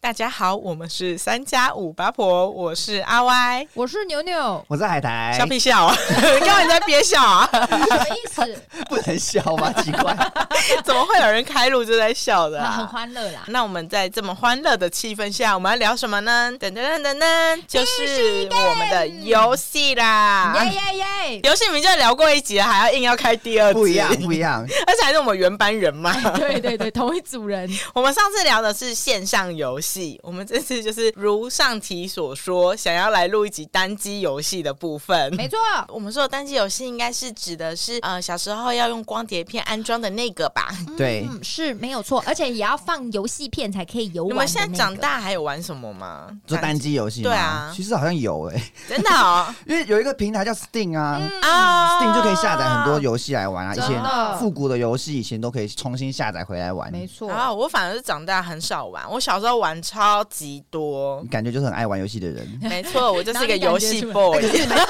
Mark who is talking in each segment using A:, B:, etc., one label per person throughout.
A: 大家好，我们是三加五八婆，我是阿 Y，
B: 我是牛 牛，
C: 我在海苔，
A: 笑屁笑啊！刚刚你在憋笑啊？
B: 什么意思？
C: 不能笑吗？奇怪，
A: 怎么会有人开路就在笑的、
B: 啊
A: 啊？
B: 很 欢乐啦。
A: 那我们在这么欢乐的气氛下，我们要聊什么呢？噔噔噔噔噔，就是我们的游戏啦！
B: 耶耶耶！
A: 游戏名就聊过一集了，还要硬要开第二集，
C: 不一样，不一样。
A: 而且还是我们原班人马。
B: 对对对，同一组人。
A: 我们上次聊的是线上游戏，我们这次就是如上题所说，想要来录一集单机游戏的部分。
B: 没错，
A: 我们说的单机游戏应该是指的是呃小时候要用光碟片安装的那个 吧？
C: 对，
B: 嗯，是没有错，而且也要放游戏片才可以游
A: 你
B: 玩、
A: 们现在长，大还有玩什么吗？
C: 做单机游戏吗
A: 对啊
C: 其实好像有诶，
A: 真的 哦
C: 因为有一个平台叫 Steam 啊
A: 啊
C: ，Steam 就可以下载很多游戏来玩啊，以
B: 真
C: 前
B: 的
C: 复古的游戏以前都可以重新下载回来玩，。
B: 没错。
A: 啊，我反而是长大很少玩，我小时候玩超级多。
C: 感觉就是很爱玩游戏的人
A: 没错，我就是一个
B: 哪里感觉
A: 游戏
B: 出来
A: boy。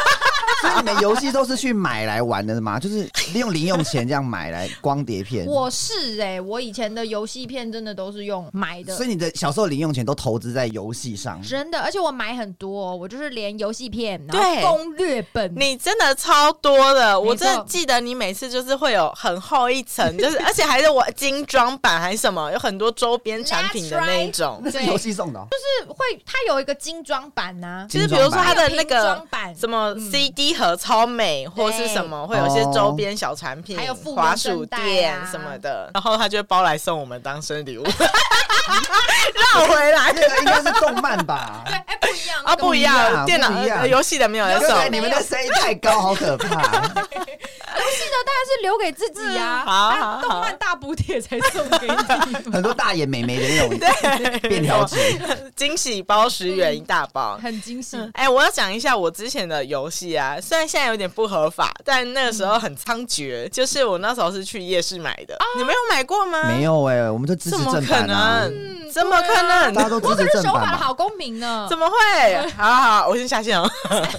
C: 所以你们游戏都是去买来玩的吗？就是利用零用钱这样买来光碟片？
B: 我是哎、我以前的游戏片真的都是用买的
C: 所，以你的小时候零用钱都投资在游戏上，
B: 真的，而且我买很多、哦我就是连游戏片，然
A: 对
B: 后攻略本，
A: 你真的超多的，我真的
B: 没错
A: 记得你每次就是会有很厚一层，就是而且还是我精装版还是什么，有很多周边产品的那一种。
C: 那是游戏送的哦。
B: 是会它有一个精装版呐、
A: 就是比如说它的那
B: 还有瓶
A: 个
B: 装版
A: 什么 CD 盒超美，或是什么会有一些周边小产品，
B: 还有复原
A: 滑鼠垫
B: 韧带啊
A: 什么的，然后他就会包来送我们当生日礼物， 绕回来
C: 那个应该是动漫吧？
B: 对，哎、不一样
A: 啊，不一样，
C: 不一样
A: 电脑
C: 不一样
A: 呃游戏的没有在
C: 对
A: 送
C: 对，。你们的声音太高，好可怕！
B: 记得当然是留给自己呀、
A: 嗯好
B: 啊
A: 好好
B: 动漫大补帖才送给你
C: 很多大眼美眉的那种便条纸，
A: 惊喜包十元一大包，
B: 很惊喜。
A: 哎、我要讲一下我之前的游戏啊，虽然现在有点不合法，但那个时候很猖獗。就是我那时候是去夜市买的，你们有买过吗？
C: 没，有哎，我们就支持
A: 啊怎么
C: 正
A: 可
C: 版啊！
A: 能？怎么可能？
C: 大家都支
B: 嗯啊我可
C: 持
B: 是
C: 正
B: 守法
C: 版
B: 的
C: 吧？
B: 好公民呢，
A: 怎么 会？好好，好我先下线哦。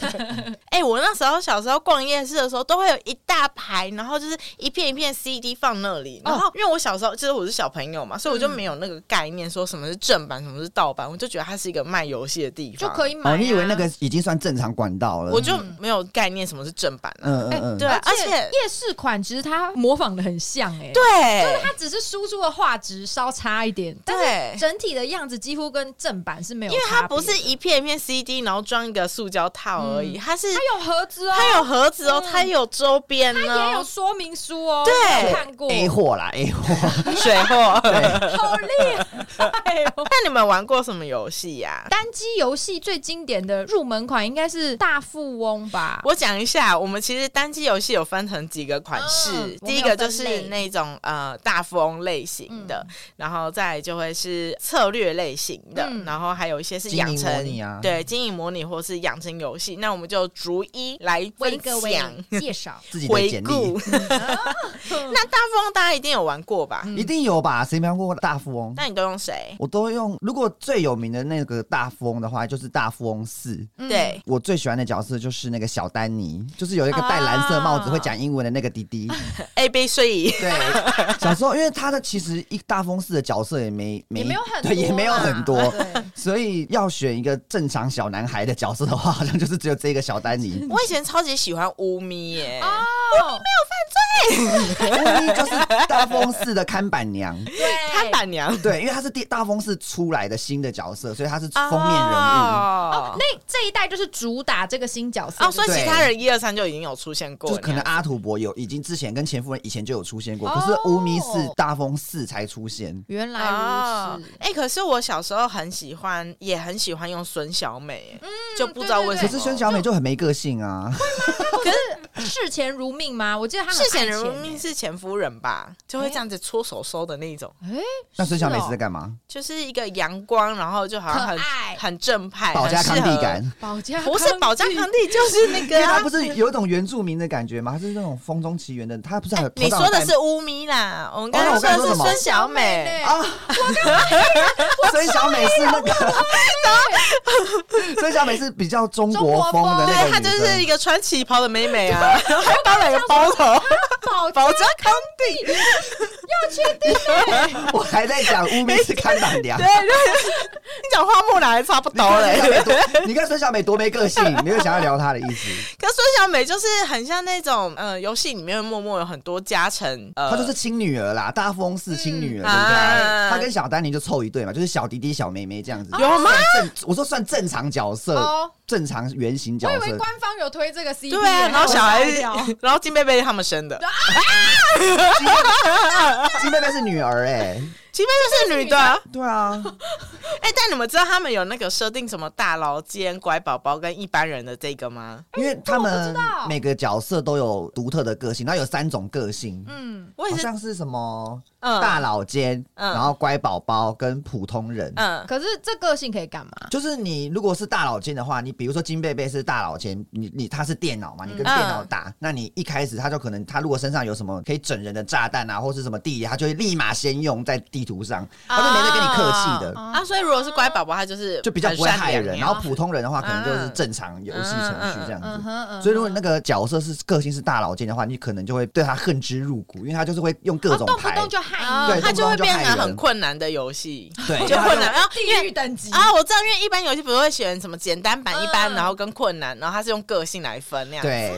A: 哎、我那时候小时候逛夜市的时候，都会有一大排，然后就是一片一片 CD 放那里。然后，因为我小时候就是我是小朋友嘛，所以我就没有那个概念，说什么是正版，什么是盗版，我就觉得它是一个卖游戏的地
B: 就
A: 方，
B: 可
A: 以，
B: 以买、啊
C: 哦，你以为那个已经算正常管道了？
A: 我就没有概念什么是正版、啊。
C: 嗯
B: 哎
C: 嗯
A: 对
C: 嗯，
A: 啊，而
B: 而
A: 且
B: 且夜市款其实它模仿的很像哎、欸，，
A: 对，
B: 它只是输出的画质稍差一点，但
A: 对
B: 是整体的样子几乎跟正版是没有
A: 因为
B: 差别的，
A: 它不是一片一片 CD，然后装一个塑胶套而已，嗯它是
B: 它有盒子哦，
A: 它有盒子哦，
B: 嗯
A: 它有周边
B: 它也有
A: 哦，
B: 说明书哦，
A: 对
B: 我有看过，
C: A 货啦，A 货。
A: 水 货。 那
B: 好厉害哦。
A: 你们玩过什么游戏呀？
B: 单机游戏最经典的入门款应该是大富翁吧？
A: 我讲一下，我们其实单机游戏有分成几个款式
B: 嗯，
A: 第一个就是那种呃大富翁类型的，然后再来就会是策略类型的，
B: 嗯
A: 然后还有一些是养
C: 经营模
A: 成
C: 拟啊
A: 对经营模拟或是养成游戏。那我们就逐一来
B: 威
A: 分
B: 哥威
A: 享
B: 介绍
C: 自己的
A: 回
C: 简历嗯
A: 顾。
B: 嗯
A: 那大富翁大家一定有玩过吧？
C: 一定有吧？谁没玩过大富翁？
A: 那你都用谁？
C: 我都用。如果最有名的那个大富翁的话，就是大富翁四。
B: 嗯
A: 对，
C: 我最喜欢的角色就是那个小丹尼，就是有一个戴蓝色帽子
A: 啊
C: 会讲英文的那个弟弟。
A: A 杯睡 椅，。
C: 对，小时候因为他的其实一大风四的角色也没没
B: 也没有很多啊
C: 对，也没有
B: 啦
C: 很多，
B: 对
C: 所以要选一个正常小男孩的角色的话，好像就是只有这个小丹尼
A: 我以前超级喜欢乌咪耶，
B: 哦，
C: 唯一就是大风四的看板娘，
B: 对，
A: 看板娘
C: 对，因为他是第大风四出来的新的角色，所以他是封面人物。
A: 哦
B: 那这一代就是主打这个新角色
A: 哦，所以
C: 对
A: 其他人一二三就已经有出现过
C: 就
A: 了，
C: 是可能阿土伯有已经之前跟前夫人以前就有出现过，可是乌咪是大风四才出现。
B: 原来
A: 哦
B: 如此，，
A: 哎、可是我小时候很喜欢，也很喜欢用孙小美，就不知道为什
C: 可
A: 么。
C: 是孙小美就很没个性 啊，
B: 哦视钱如命吗？我记得他
A: 是显如命是前夫人吧，就会这样子搓手手的那种，
B: 哎，
C: 那孙小美是在
B: 哦
C: 干嘛？
A: 就是一个阳光，然后就好像很
B: 可爱
A: 很正派，
C: 保加
A: 很适
C: 康帝
A: 合
C: 感。
B: 保家
A: 不哦哎是保加康帝，就是那
C: 因
A: 个、
C: 为
A: 啊
C: 他不。是有一种原住民的感觉吗？他是那种风中奇缘的，他不是还有
A: 哎你
C: 头
A: 说
C: 上有戴
A: 的是乌咪啦，我们刚
C: 哦
A: 刚
C: 我刚
A: 说
C: 刚
A: 的是
C: 说什么
A: 孙小美，
B: 啊，
C: 孙小美是那个， 孙小美是比较中国风的那
A: 对，她
C: 个
A: 就
C: 女
A: 是
C: 生
A: 一。个穿旗袍的妹妹啊，还包两个包头，
B: 保
A: 保加康帝，
B: 要
C: 我还在讲乌米是看板娘
A: 对。 对对，你讲花木兰还差不
C: 你
A: 多
C: 看
A: 嘞
C: 孙。小美多，你看孙小美多没个 性，没有想要聊她的意思，
A: 可孙小美就是很像那种呃，游戏里面默默有很多加成，呃，
C: 她就是亲女儿啦，大富翁是亲女儿，
A: 嗯
C: 对不对？
A: 啊哦
C: 她跟小丹尼就凑一对嘛，就是小弟弟、小妹妹这样子，
A: 有吗
C: 算正？我说算正常角色
B: 哦，
C: 正常原型角
A: 哦
B: 我以为
C: 色。
B: 官方有推这个 CP，
A: 对啊，然后小孩
B: 吓一跳，
A: 然后金贝贝是他们生的，
C: 金贝贝是女儿哎，
A: 金贝贝是女的啊。
C: 对 啊，
A: 哎，但你们知道他们有那个设定什么大牢监、乖宝宝跟一般人的这个吗？
C: 因为他
B: 我不
C: 们
B: 知道
C: 每个角色都有独特的个性，然后有三种个性，
B: 嗯，
A: 我也
C: 好
A: 是，
C: 像是什么
A: 嗯
C: 大佬间，
A: 嗯
C: 然后乖宝宝跟普通人。
A: 嗯，
B: 可是这个性可以干嘛？
C: 就是你如果是大佬间的话，你比如说金贝贝是大佬间，你你他是电
B: 嗯
C: 脑嘛，你跟电脑打，那你一开始他就可能他如果身上有什么可以整人的炸弹啊，或是什么地雷，他就会立马先用在地图上，
B: 啊
C: 他就没得跟你客气
B: 哦
C: 的，
A: 啊，所以如果是乖宝宝，他就是
C: 就比较
A: 很
C: 不会
A: 善
C: 害
A: 良啊
C: 人。
A: 耶
C: 然后普通人的话，可能就是
A: 嗯
C: 正常游戏程序这样子。
B: 嗯哼，嗯哼
C: 所以，如果你那个角色是个性是大佬间的话，你可能就会对他恨之入骨，因为他就是会用各
B: 哦
C: 种
B: 动不
C: 牌，
B: 动就害
A: 啊
C: 对
B: 你，
A: 它就会
C: 动不动就
A: 变
C: 害
A: 得
C: 人
A: 很困难的游戏，
C: 对，
A: 就
C: 他
A: 困难。然后因
B: 地
A: 为
B: 狱等级
A: 啊，我知道，因为一般游戏不是会选什么简单版、
B: 嗯
A: 一般，然后跟困难，然后它是用个性来分那样。，
C: 对，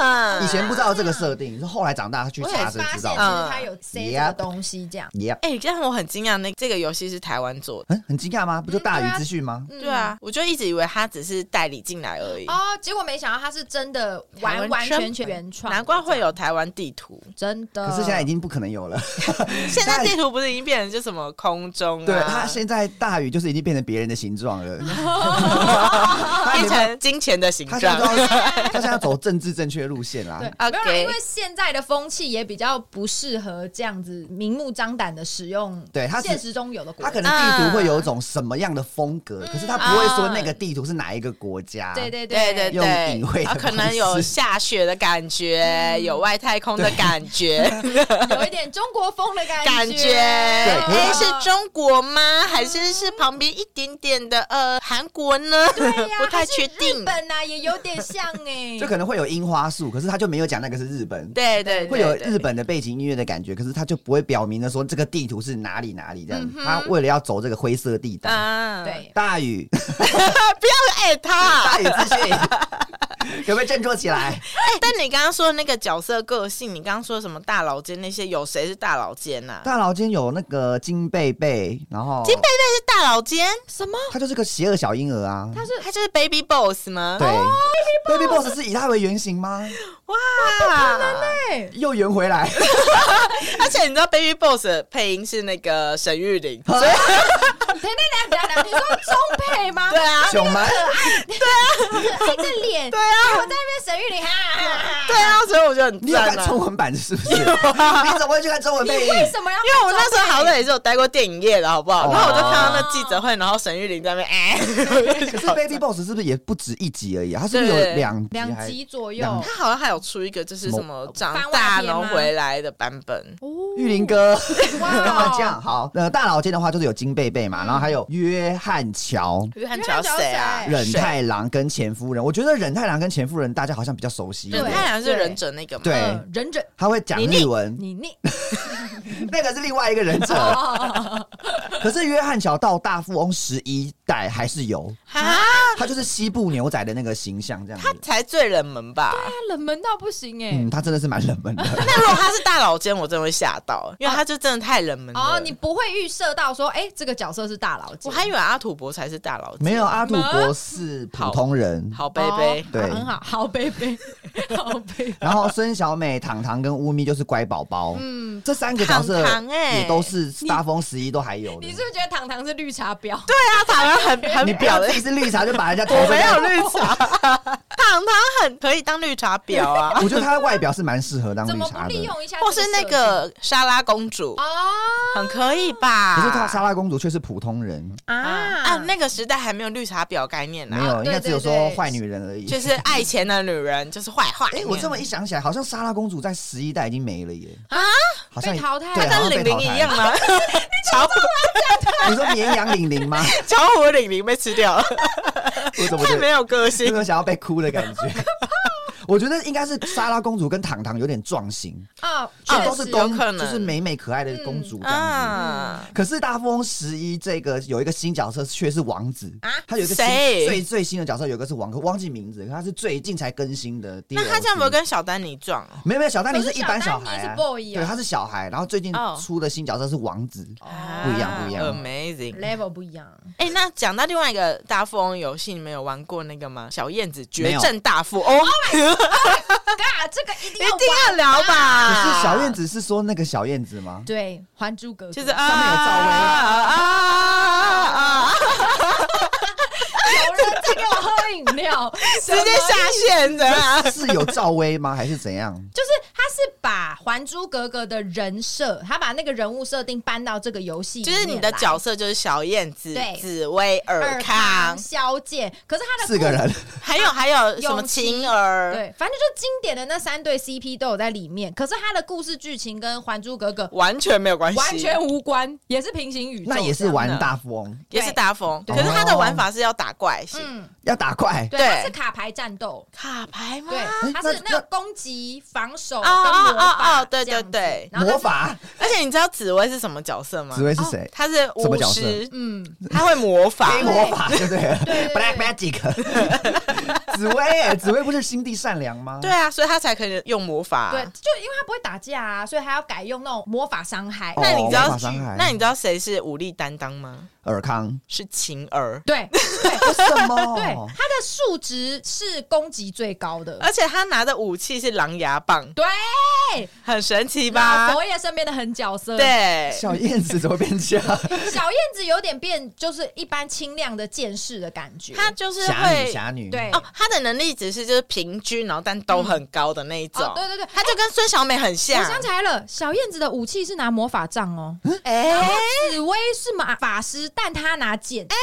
A: 嗯
C: 以前不知道这个设定，是后来长大去
B: 嗯我也
C: 查才
B: 发
C: 知
B: 现，
C: 道
B: 其实
C: 的。
B: 它有塞这个
C: Yep
B: 东西这样。
C: Yep，
A: 哎，让我很惊讶，那这个游戏是台湾做的。
C: 嗯，很惊讶吗？不就
B: 嗯
C: 大
B: 对啊
C: 禹资讯吗？
B: 嗯
A: 对啊，，我就一直以为它只是代理进来而已，
B: 哦，结果没想到它是真的完完全全原创，
A: 难怪会有台湾地图。
B: 真的。
C: 可是现在已经不可能有了。
B: 嗯
A: 现在地图不是已经变成就什么空中啊，
C: 对他现在大禹就是已经变成别人的形 状了，
B: 哦
C: 他
A: 变
C: 也没办
A: 成金钱的形
C: 他现在
A: 状。
C: 都要 他现在要走政治正确路线啦
B: 对。，
A: OK
B: 没有啦，因为现在的风气也比较不适合这样子明目张胆的使用，
C: 对它只
B: 现实中有的国
C: 他
B: 家
C: 可能地图会有一种什么样的风格，可是他不会说那个地图是哪一个国家。
B: 嗯对对
A: 对对
B: 对，
C: 用
A: 对，
C: 隐晦的
A: 啊可能
C: 方
A: 有
C: 式
A: 下雪的感觉，
B: 嗯
A: 有外太空的感觉，
B: 有一点中国风的感
A: 感觉嗯
C: 可是
A: 哎
C: 它
A: 是中国吗？还是是旁边一点点的呃韩国呢？
B: 对呀，
A: 不太
B: 还是
A: 确定
B: 日。本呐、也有点像 哎、
C: 就可能会有樱花树，可是他就没有讲那个是日本。
A: 对对，对
C: 会有
A: 对
C: 日本的背景音乐的感觉，可是他就不会表明的说这个地图是哪里哪里这样。
B: 嗯哼
C: 他为了要走这个灰色地带，
A: 啊，
B: 对，
C: 大禹
A: 哎他
C: 大禹资 讯，有没有振作起来？
A: 哎，但你刚刚说的那个角色个性，你刚刚说什么大佬间那些，有谁是大佬间呐？
C: 大佬今天有那个金贝贝，然后
A: 金贝贝是大佬间，
B: 什么？
C: 他就是个邪恶小婴儿啊。
B: 他是
A: 他就是 Baby Boss 吗？
C: 对、b a b y Boss 是以他为原型吗？
A: 哇！
B: 对，
C: 又圆回来，
A: 而且你知道 Baby Boss 的配音是那个沈玉 琳，
B: 等等等等等，你说中配吗？
A: 对啊，
C: 囧蛮
B: 可爱的脸，对啊，我在那边沈玉玲，哈哈哈
A: 对啊，所以我就很
C: 你有
A: 赞
C: 看
A: 啊。
C: 中文版是不是？你怎么会去看中文
B: 你
C: 配音？
B: 为什么要？
A: 因为我那时候好歹也是有待过电影业的，好不好？
C: 哦
A: 然后我就看到那记者会，然后沈玉琳在那边哎，
C: 可是 Baby Boss 是不是也不止一集而已、啊？他是不是
A: 对
C: 有两集还
B: 两集左右
C: 两
A: 他好像还有出一个就是什么长
B: 番外
A: 大
B: 篇
A: 然
B: 吗
A: 后回来的版本，
B: 哦
C: 玉林哥，
B: 哇哦
C: 干嘛这样？好，呃，大佬间的话就是有金贝贝嘛，然后还有约翰乔、
A: 约翰乔谁啊？
C: 忍
A: 谁
C: 太郎跟前夫人。我觉得忍太郎跟前夫人大家好像比较熟悉一
A: 忍
C: 点，
A: 太郎是忍者那个吗？
C: 对
B: 呃忍者，
C: 他会讲
A: 妮妮
C: 日文，
B: 你 你哦
C: 那个是另外一个忍者。可是约翰乔到大富翁十一代还是有，
A: 啊，
C: 他就是西部牛仔的那个形象这样子。
A: 才最冷门吧？
B: 他冷门到不行哎、
C: 嗯，他真的是蛮冷门的。
A: 那如果他是大佬间，我真的会吓到，因为他就真的太冷门了。
B: 哦，你不会预设到说，哎、这个角色是大佬姐，
A: 我还以为阿土伯才是大佬间，
C: 没有阿土伯是普通人，
A: 好贝贝
B: 哦
C: 对
B: 很好，好贝 贝，好贝贝。
C: 然后孙小美、糖糖跟乌咪就是乖宝宝。嗯，这三个角色
A: 糖糖欸
C: 也都是大风十一都还有的
B: 你。是不是觉得糖糖是绿茶婊？
A: 对啊，糖糖很
C: 你
A: 很
C: 不要
A: 表的
C: 自 己是绿茶就把人家投
A: 我
C: 射
A: 没
C: 掉
A: 有绿茶，糖糖很可以当绿茶婊啊，
C: 我觉得他的外表是蛮适合当
B: 怎
C: 绿
B: 么不
C: 茶的
B: 利，用一下这
A: 或
B: 设计？
A: 是那个莎拉公主，
B: 哦
A: 很可以吧？
C: 可是她莎拉公主却是普通人，
B: 啊
A: 啊啊，那个时代还没有绿茶婊概念呢、啊
C: 没有，应该
B: 对对
C: 只有说坏女人而已。
A: 就是爱钱的女人就是坏坏。
C: 哎，我这 么一想起来，好像莎拉公主在十一代已经没了耶。
B: 啊，
C: 好像
B: 被淘汰
C: 对，啊
B: 她
A: 她
C: 好
A: 跟
C: 像被
A: 玲
C: 淘
A: 玲
C: 汰
A: 一样。 吗？巧虎
C: 你说绵羊玲玲吗？
A: 巧虎 玲玲被吃掉了，
C: 我怎么
A: 太
C: 觉 得
A: 没有个
C: 有
A: 性。
C: 种想要被哭的感觉。 我觉得应该是莎拉公主跟糖糖有点撞型，
B: 啊，
C: 就
B: 确
C: 都是
B: 实
A: 有
C: 公，
A: 可能
C: 就是美美可爱的公主这
B: 嗯
C: 样子。
A: 啊，
C: 可是大富翁十一这个有一个新角色却是王子
A: 啊
C: 他有一个新
A: 谁
C: 最最新的角色有一个是王，可忘记名字，可他是最近才更新的 DLC。
A: 那他这样不会跟小丹尼撞哦？
C: 没有没有，小丹尼
B: 可是
C: 一般
B: 小
C: 小
B: 丹
C: 孩、
B: 尼
C: 啊，
B: 是 boy 啊哦
C: 对，他是小孩。然后最近
A: 哦
C: 出的新角色是王子，不一样不一样
A: 啊，Amazing。
B: level 不一 样。
A: 哎，那讲到另外一个大富翁游戏，你们有玩过那个吗？小燕子
C: 没
A: 绝
C: 有
A: 症大富翁，Oh
B: 嘎，啊这个一定
A: 一
B: 要
A: 定要聊
C: 可
A: 吧？
C: 是小燕子是说那个小燕 子吗？
B: 对《还珠格格》
A: 就是啊，
C: 上面有赵薇
A: 啊啊 啊！
B: 有人在给我喝饮料，
A: 直接下线的 啊，
C: 是有赵薇吗？还是 怎样？
B: 就是他是把《还珠格格》的人设，他把那个人物设定搬到这个游戏里
A: 就
B: 面来，
A: 是你的角色就是小燕子
B: 对、
A: 紫薇、尔
B: 尔
A: 康
B: 康、，萧剑，可是他的
C: 四个
B: 故
C: 人，
A: 还有还有什么
B: 永琪
A: 晴儿，
B: 对，反正就经典的那三对 CP 都有在里面，可是他的故事剧情跟《还珠格格》
A: 完全没有关系，
B: 完全无关，也是平行宇宙这
C: 那
B: 样，
C: 也是玩大富翁，
A: 也是大
C: 哦
A: 风，
B: 对
A: 可是他的玩法是要打怪型，
B: 嗯，
C: 要打怪。
B: 对，
A: 对
B: 它是卡牌战斗，
A: 卡牌吗？
B: 对，它
C: 那
B: 是那个攻击、防守跟
A: 哦
B: 魔
A: 哦哦
B: 法
A: 哦对
B: 这样子，
A: 对对
B: 然后它
C: 魔
B: 是，
C: 法，
A: 而且你知道紫薇是什么角色吗
C: 紫？薇是谁？
A: 她是
C: 什么
A: 巫
C: 角色
A: 师，
B: 嗯，
A: 她会魔 法。
C: 黑魔法，对不对
B: 对对
C: ？Black Magic，紫 薇哎，紫薇不是心地善良吗？
A: 对，啊，所以她才可以用魔法。
B: 对，就因为它不会打架啊，所以还要改用那种魔法伤害。
A: 那你知
C: 哦
A: 道
C: 魔法伤害
A: 那你知道谁是武力担当吗？
C: 尔康，
A: 是晴儿，
B: 对对
C: 为什
A: 哦
C: 么？
B: 对，它的数值是攻击最高的。
A: 而且她拿的武器是狼牙棒，
B: 对，
A: 很神奇
B: 那
A: 吧？
B: 佛爷身边的狠角色，，
A: 对，
C: 小燕子怎么变这样？
B: 小燕子有点变，就是一般清亮的剑士的感觉。哦
A: 她就是
C: 侠女，
A: 会
C: 侠女，
B: 对
A: 哦，她的能力值是就是平均，然后但都很高的那一种
B: 哦，。对对对，
A: 她就跟孙小美很像
B: 我。想起来了，小燕子的武器是拿魔法杖哦，
A: 哎，
B: 紫薇是马法师，但她拿剑，
A: 对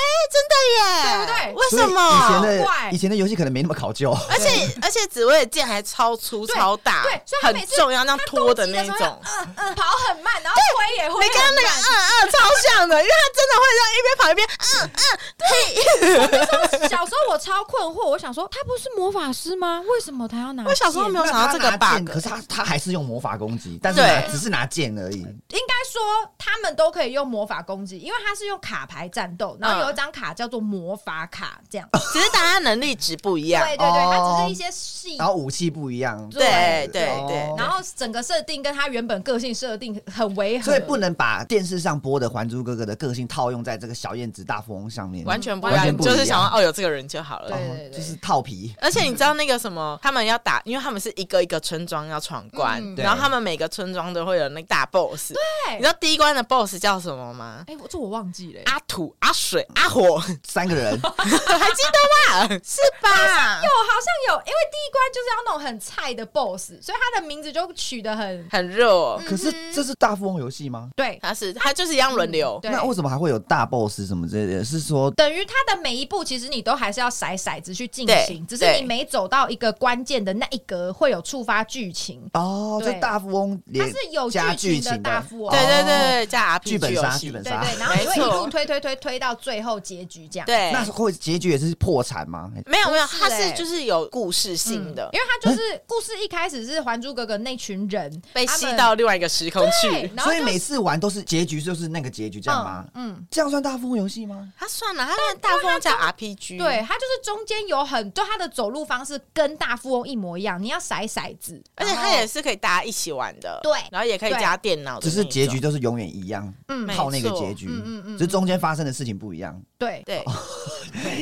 B: 对不对
A: 为
C: 所以
A: 什
C: 以
A: 么？
C: 前的
B: 怪
C: 以前的游戏可能没那么考究，
A: 而且而且紫薇的剑还超粗
B: 对
A: 超大，
B: 对所以她
A: 很
B: 每次
A: 重要，那样拖的那
B: 那
A: 一种。
B: 嗯嗯，跑很慢，然后推也会
A: 你刚刚那个嗯嗯超像的，因为他真的会让一边跑一边嗯嗯，对。
B: 那个，小时候我超困惑，我想说她不是魔法师吗？为什么她要拿剑？
A: 我小时候没有想到这个
C: 那他拿剑
A: bug，
C: 可是他他还是用魔法攻击，但是拿只是拿剑而已。
B: 应该说他们都可以用魔法攻击，因为他是用卡牌战斗，然
C: 嗯
B: 后有一张卡叫做魔法卡，这样。
A: 只是大家能力值不一样。
B: 对对对，
C: 哦
B: 它只是一些细
C: 然。后武器不一样，
A: 对对
C: 哦
A: 对
B: 然后整个设定跟他原本个性设定很违和，
C: 所以不能把电视上播的《还珠格格》的个性套用在这个小燕子大富翁上面，
A: 完全不一
C: 完
A: 样，
C: 全不一
A: 就
C: 样
A: 是想要哦有这个人就好了。
C: 哦
B: 对对对
C: 就是套皮。
A: 而且你知道那个什么，他们要打，因为他们是一个一个村庄要闯关，
B: 嗯
C: 对
A: 然后他们每个村庄都会有那个大 boss。对你知道第一关的 boss 叫什么吗？
B: 哎、我这我忘记了、
C: 啊
A: 阿土、阿水、阿火，
C: 三个人，
A: 还记得吗？是吧？
B: 有好像有，因为第一关就是要那种很菜的 BOSS，所以他的名字就取得 很
A: 很热，
C: 可是这是大富翁游戏吗？
B: 对嗯
A: 他是他就是一样轮流。
B: 对，
C: 那为什么还会有大 boss 什么之类的？是说
B: 等于他的每一步其实你都还是要骰骰子去进
A: 对
B: 行，只是
A: 对
B: 你每走到一个关键的那一格会有触发剧情，
C: 哦，
B: 对
C: 这大富翁
B: 它
C: 连
B: 是有
C: 加
B: 剧
C: 剧
B: 情的
C: 情
B: 大富翁
A: 对对对
C: 哦
A: 对，加 RPG
C: 剧本杀
A: 游戏
C: 剧本
B: 对
C: 杀
B: 对，然后你会一
A: 没
B: 路
A: 错
B: 推推推推到最后结局这样，
A: 对，
C: 那会结局也是破产吗？
A: 没有没有，
B: 不是
A: 它
B: 欸
A: 是嗯就是有故事性的，
B: 因为他就是故事一开始是《还珠格格》那群人
A: 被
B: 他
A: 吸
B: 们
A: 到另外一个时空
B: 对
A: 去。，
B: 然后
C: 所以
B: 就
C: 每次玩都是结局就是那个结局，这样吗？
B: 嗯嗯
C: 这样算大富翁游戏吗？
A: 他算了，他那大富翁叫 RPG，
B: 嗯对，，它就是中间有很，就它的走路方式跟大富翁一模一样，你要骰骰子，
A: 而且
B: 然
A: 它
B: 后
A: 也是可以大家一起玩的，
B: 对
A: 然后也可以
B: 对
A: 加电脑的
C: 只
A: 那种，
C: 是结局都是永远一样，
B: 嗯
A: 没
C: 靠那个
A: 错
C: 结局，
B: 嗯嗯嗯
C: 只是中间发生的事情不一样。
B: 对
A: 对。
C: 哦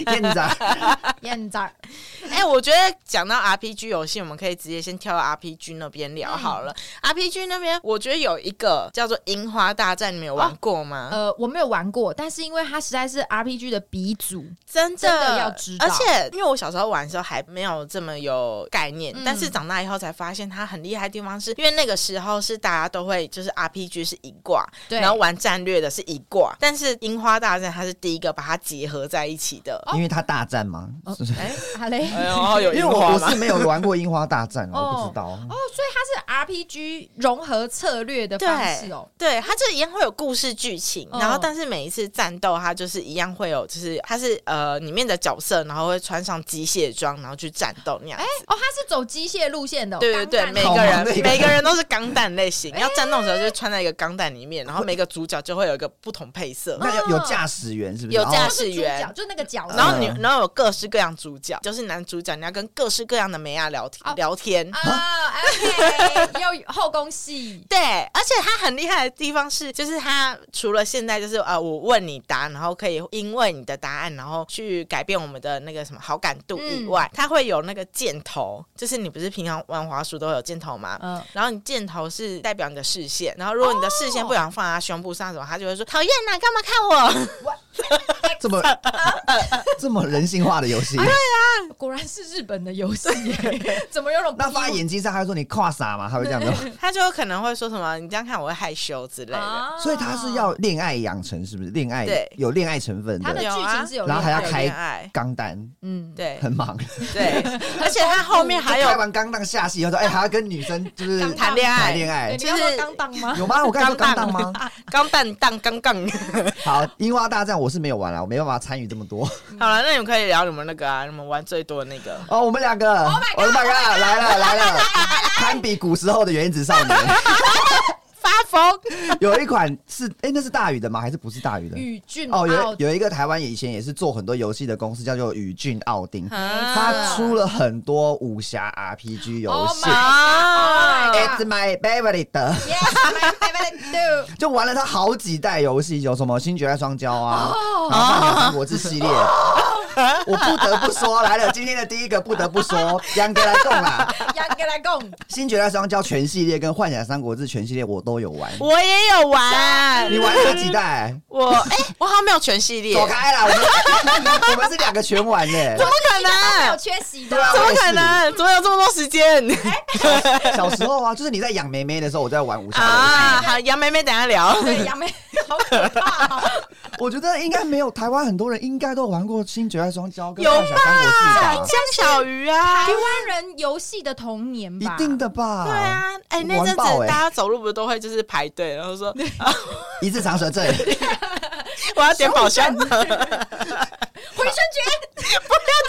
C: 燕 子啊，
B: 燕子儿，
A: 哎、我觉得讲到 RPG 游戏，我们可以直接先跳到 RPG 那边聊好了。RPG 那边，我觉得有一个叫做《樱花大战》，你们有玩过吗？
B: 呃，我没有玩过，但是因为它实在是 RPG 的鼻祖，
A: 真的
B: 真的要知道
A: 而且因为我小时候玩的时候还没有这么有概念，
B: 嗯
A: 但是长大以后才发现它很厉害的地方是，因为那个时候是大家都会就是 RPG 是一挂，
B: 对
A: 然后玩战略的是一挂，但是《樱花大战》它是第一个把它结合在一起的。
C: 因为它大战嘛，是不是
B: 哎，好嘞，
A: 哎呦，有
C: 因为
A: 樱
C: 我
A: 花
C: 我
A: 吗
C: 是？没有玩过樱花大战，我不知道。
B: 哦，所以它它是 RPG 融合策略的方式哦。
A: 对，它就一样会有故事剧情，
B: 嗯
A: 然后但是每一次战斗，它就是一样会有，就是它是呃里面的角色，然后会穿上机械装，然后去战斗那样
B: 哎。哦，它是走机械路线的哦，
A: 对对对，
B: 钢弹
A: 每
B: 哎
C: 好
A: 个
C: 忙
A: 人
C: 的一个
A: 每个人都是钢弹类型，要战斗的时候就穿在一个钢弹里面，然后每个主角就会有一个不同配色，
C: 那
B: 嗯
C: 有有驾驶员是不是？
A: 有驾
B: 哦是
A: 驶
B: 主
A: 员
B: 角，就是那个角色。
A: 然后你
C: 嗯
A: 然后有各式各样主角，就是男主角你要跟各式各样的美亚聊天
B: 哦
A: 聊天。
C: 嗯
B: 啊，OK，又后宫 戏，
A: 对，而且他很厉害的地方是，就是他除了现在就是呃，我问你答，然后可以因为你的答案，然后去改变我们的那个什么好感度以
B: 嗯
A: 外，他会有那个箭头，就是你不是平常玩滑鼠都有箭头吗？
B: 嗯，
A: 然后你箭头是代表你的视线，然后如果你的视线不想放在他胸部上什么，他就会说讨厌呐、干嘛看我？
C: 这么这么人性化的游
B: 哎
C: 戏。
B: 果然是日本的游戏耶， 怎么有种
C: 那发眼睛上，他会说你跨傻嘛？他会这样子吗。
A: 他就有可能会说什么你这样看我会害羞之类的。
B: 啊
C: 所以他是要恋爱养成，是不是？恋爱
A: 对
C: 有恋爱成分
B: 他的
C: 的
B: 剧
A: 有啊
B: 情是有
C: 然后还
B: 恋
C: 要
B: 爱的
C: 开
A: 恋爱，
C: 钢弹，
B: 嗯，
A: 对
C: 很忙。
A: 对， 而且他后面还有
C: 开完钢弹下戏以后 说，哎，还要跟女生就是
B: 钢弹
A: 谈恋
C: 谈
A: 爱，
C: 恋
B: 对
C: 爱
B: 你，
A: 就是
B: 要说钢弹吗？
C: 有吗？我刚才说钢弹 吗？
A: 钢蛋蛋钢杠。
C: 好，樱花大战我是没有玩了，我没办法参与这么多。
A: 好了，那你们可以聊你们那个啊，你们玩最多的那个。
C: 哦，我们两个
B: my god，
C: Oh my god，来了来了，堪比古时候的原子少 年。
A: 发疯，
C: 有一款是，哎，那是大宇的吗？还是不是大宇的？
B: 宇俊
C: 哦，
B: 傲
C: 有有一个台湾以前也是做很多游戏的公司，叫做宇俊奥丁，
A: 他
C: 它出了很多武侠 RPG 游
B: Oh
C: 戏。
B: my-
A: 啊
B: god
C: It's my favorite，
B: Yes, my favorite do。
C: 就玩了它好几代游戏，有什么《新绝代双骄》啊，
A: 哦
C: 然后《大三国志》系列。我不得不说，来了今天的第一个，不得不说，杨哥来啊供啦，
B: 杨哥来供，
C: 《新绝代双骄》全系列跟《幻想三国志》全系列我都有玩。
A: 我也有玩，
C: 你玩了几代？
A: 我哎、我好像没有全系列，
C: 走
A: 怎么
C: 开啦！我们 我们是两个全玩的、
A: 可
B: 没有
A: 能？
B: 缺席的
C: 对。啊
A: 怎么可能？怎么有这么多时间？
C: 小时候啊，就是你在养妹妹的时候，我在玩武侠游戏。
A: 啊，好，杨梅梅，等一下聊。
B: 对，杨梅好可怕哦，
C: 我觉得应该没有台湾很多人应该都有玩过《新绝代双骄》跟《
A: 有
C: 幻想三国
A: 江
C: 志》
A: 小鱼啊
B: 台，湾人游戏的童年吧，
C: 吧？一定的吧？
A: 对，啊，哎、那阵
C: 玩爆
A: 子
C: 哎
A: 大家走路不是都会就是排队，然后说
C: 一字长蛇阵。
A: 我要点宝 箱，不要
B: 回春诀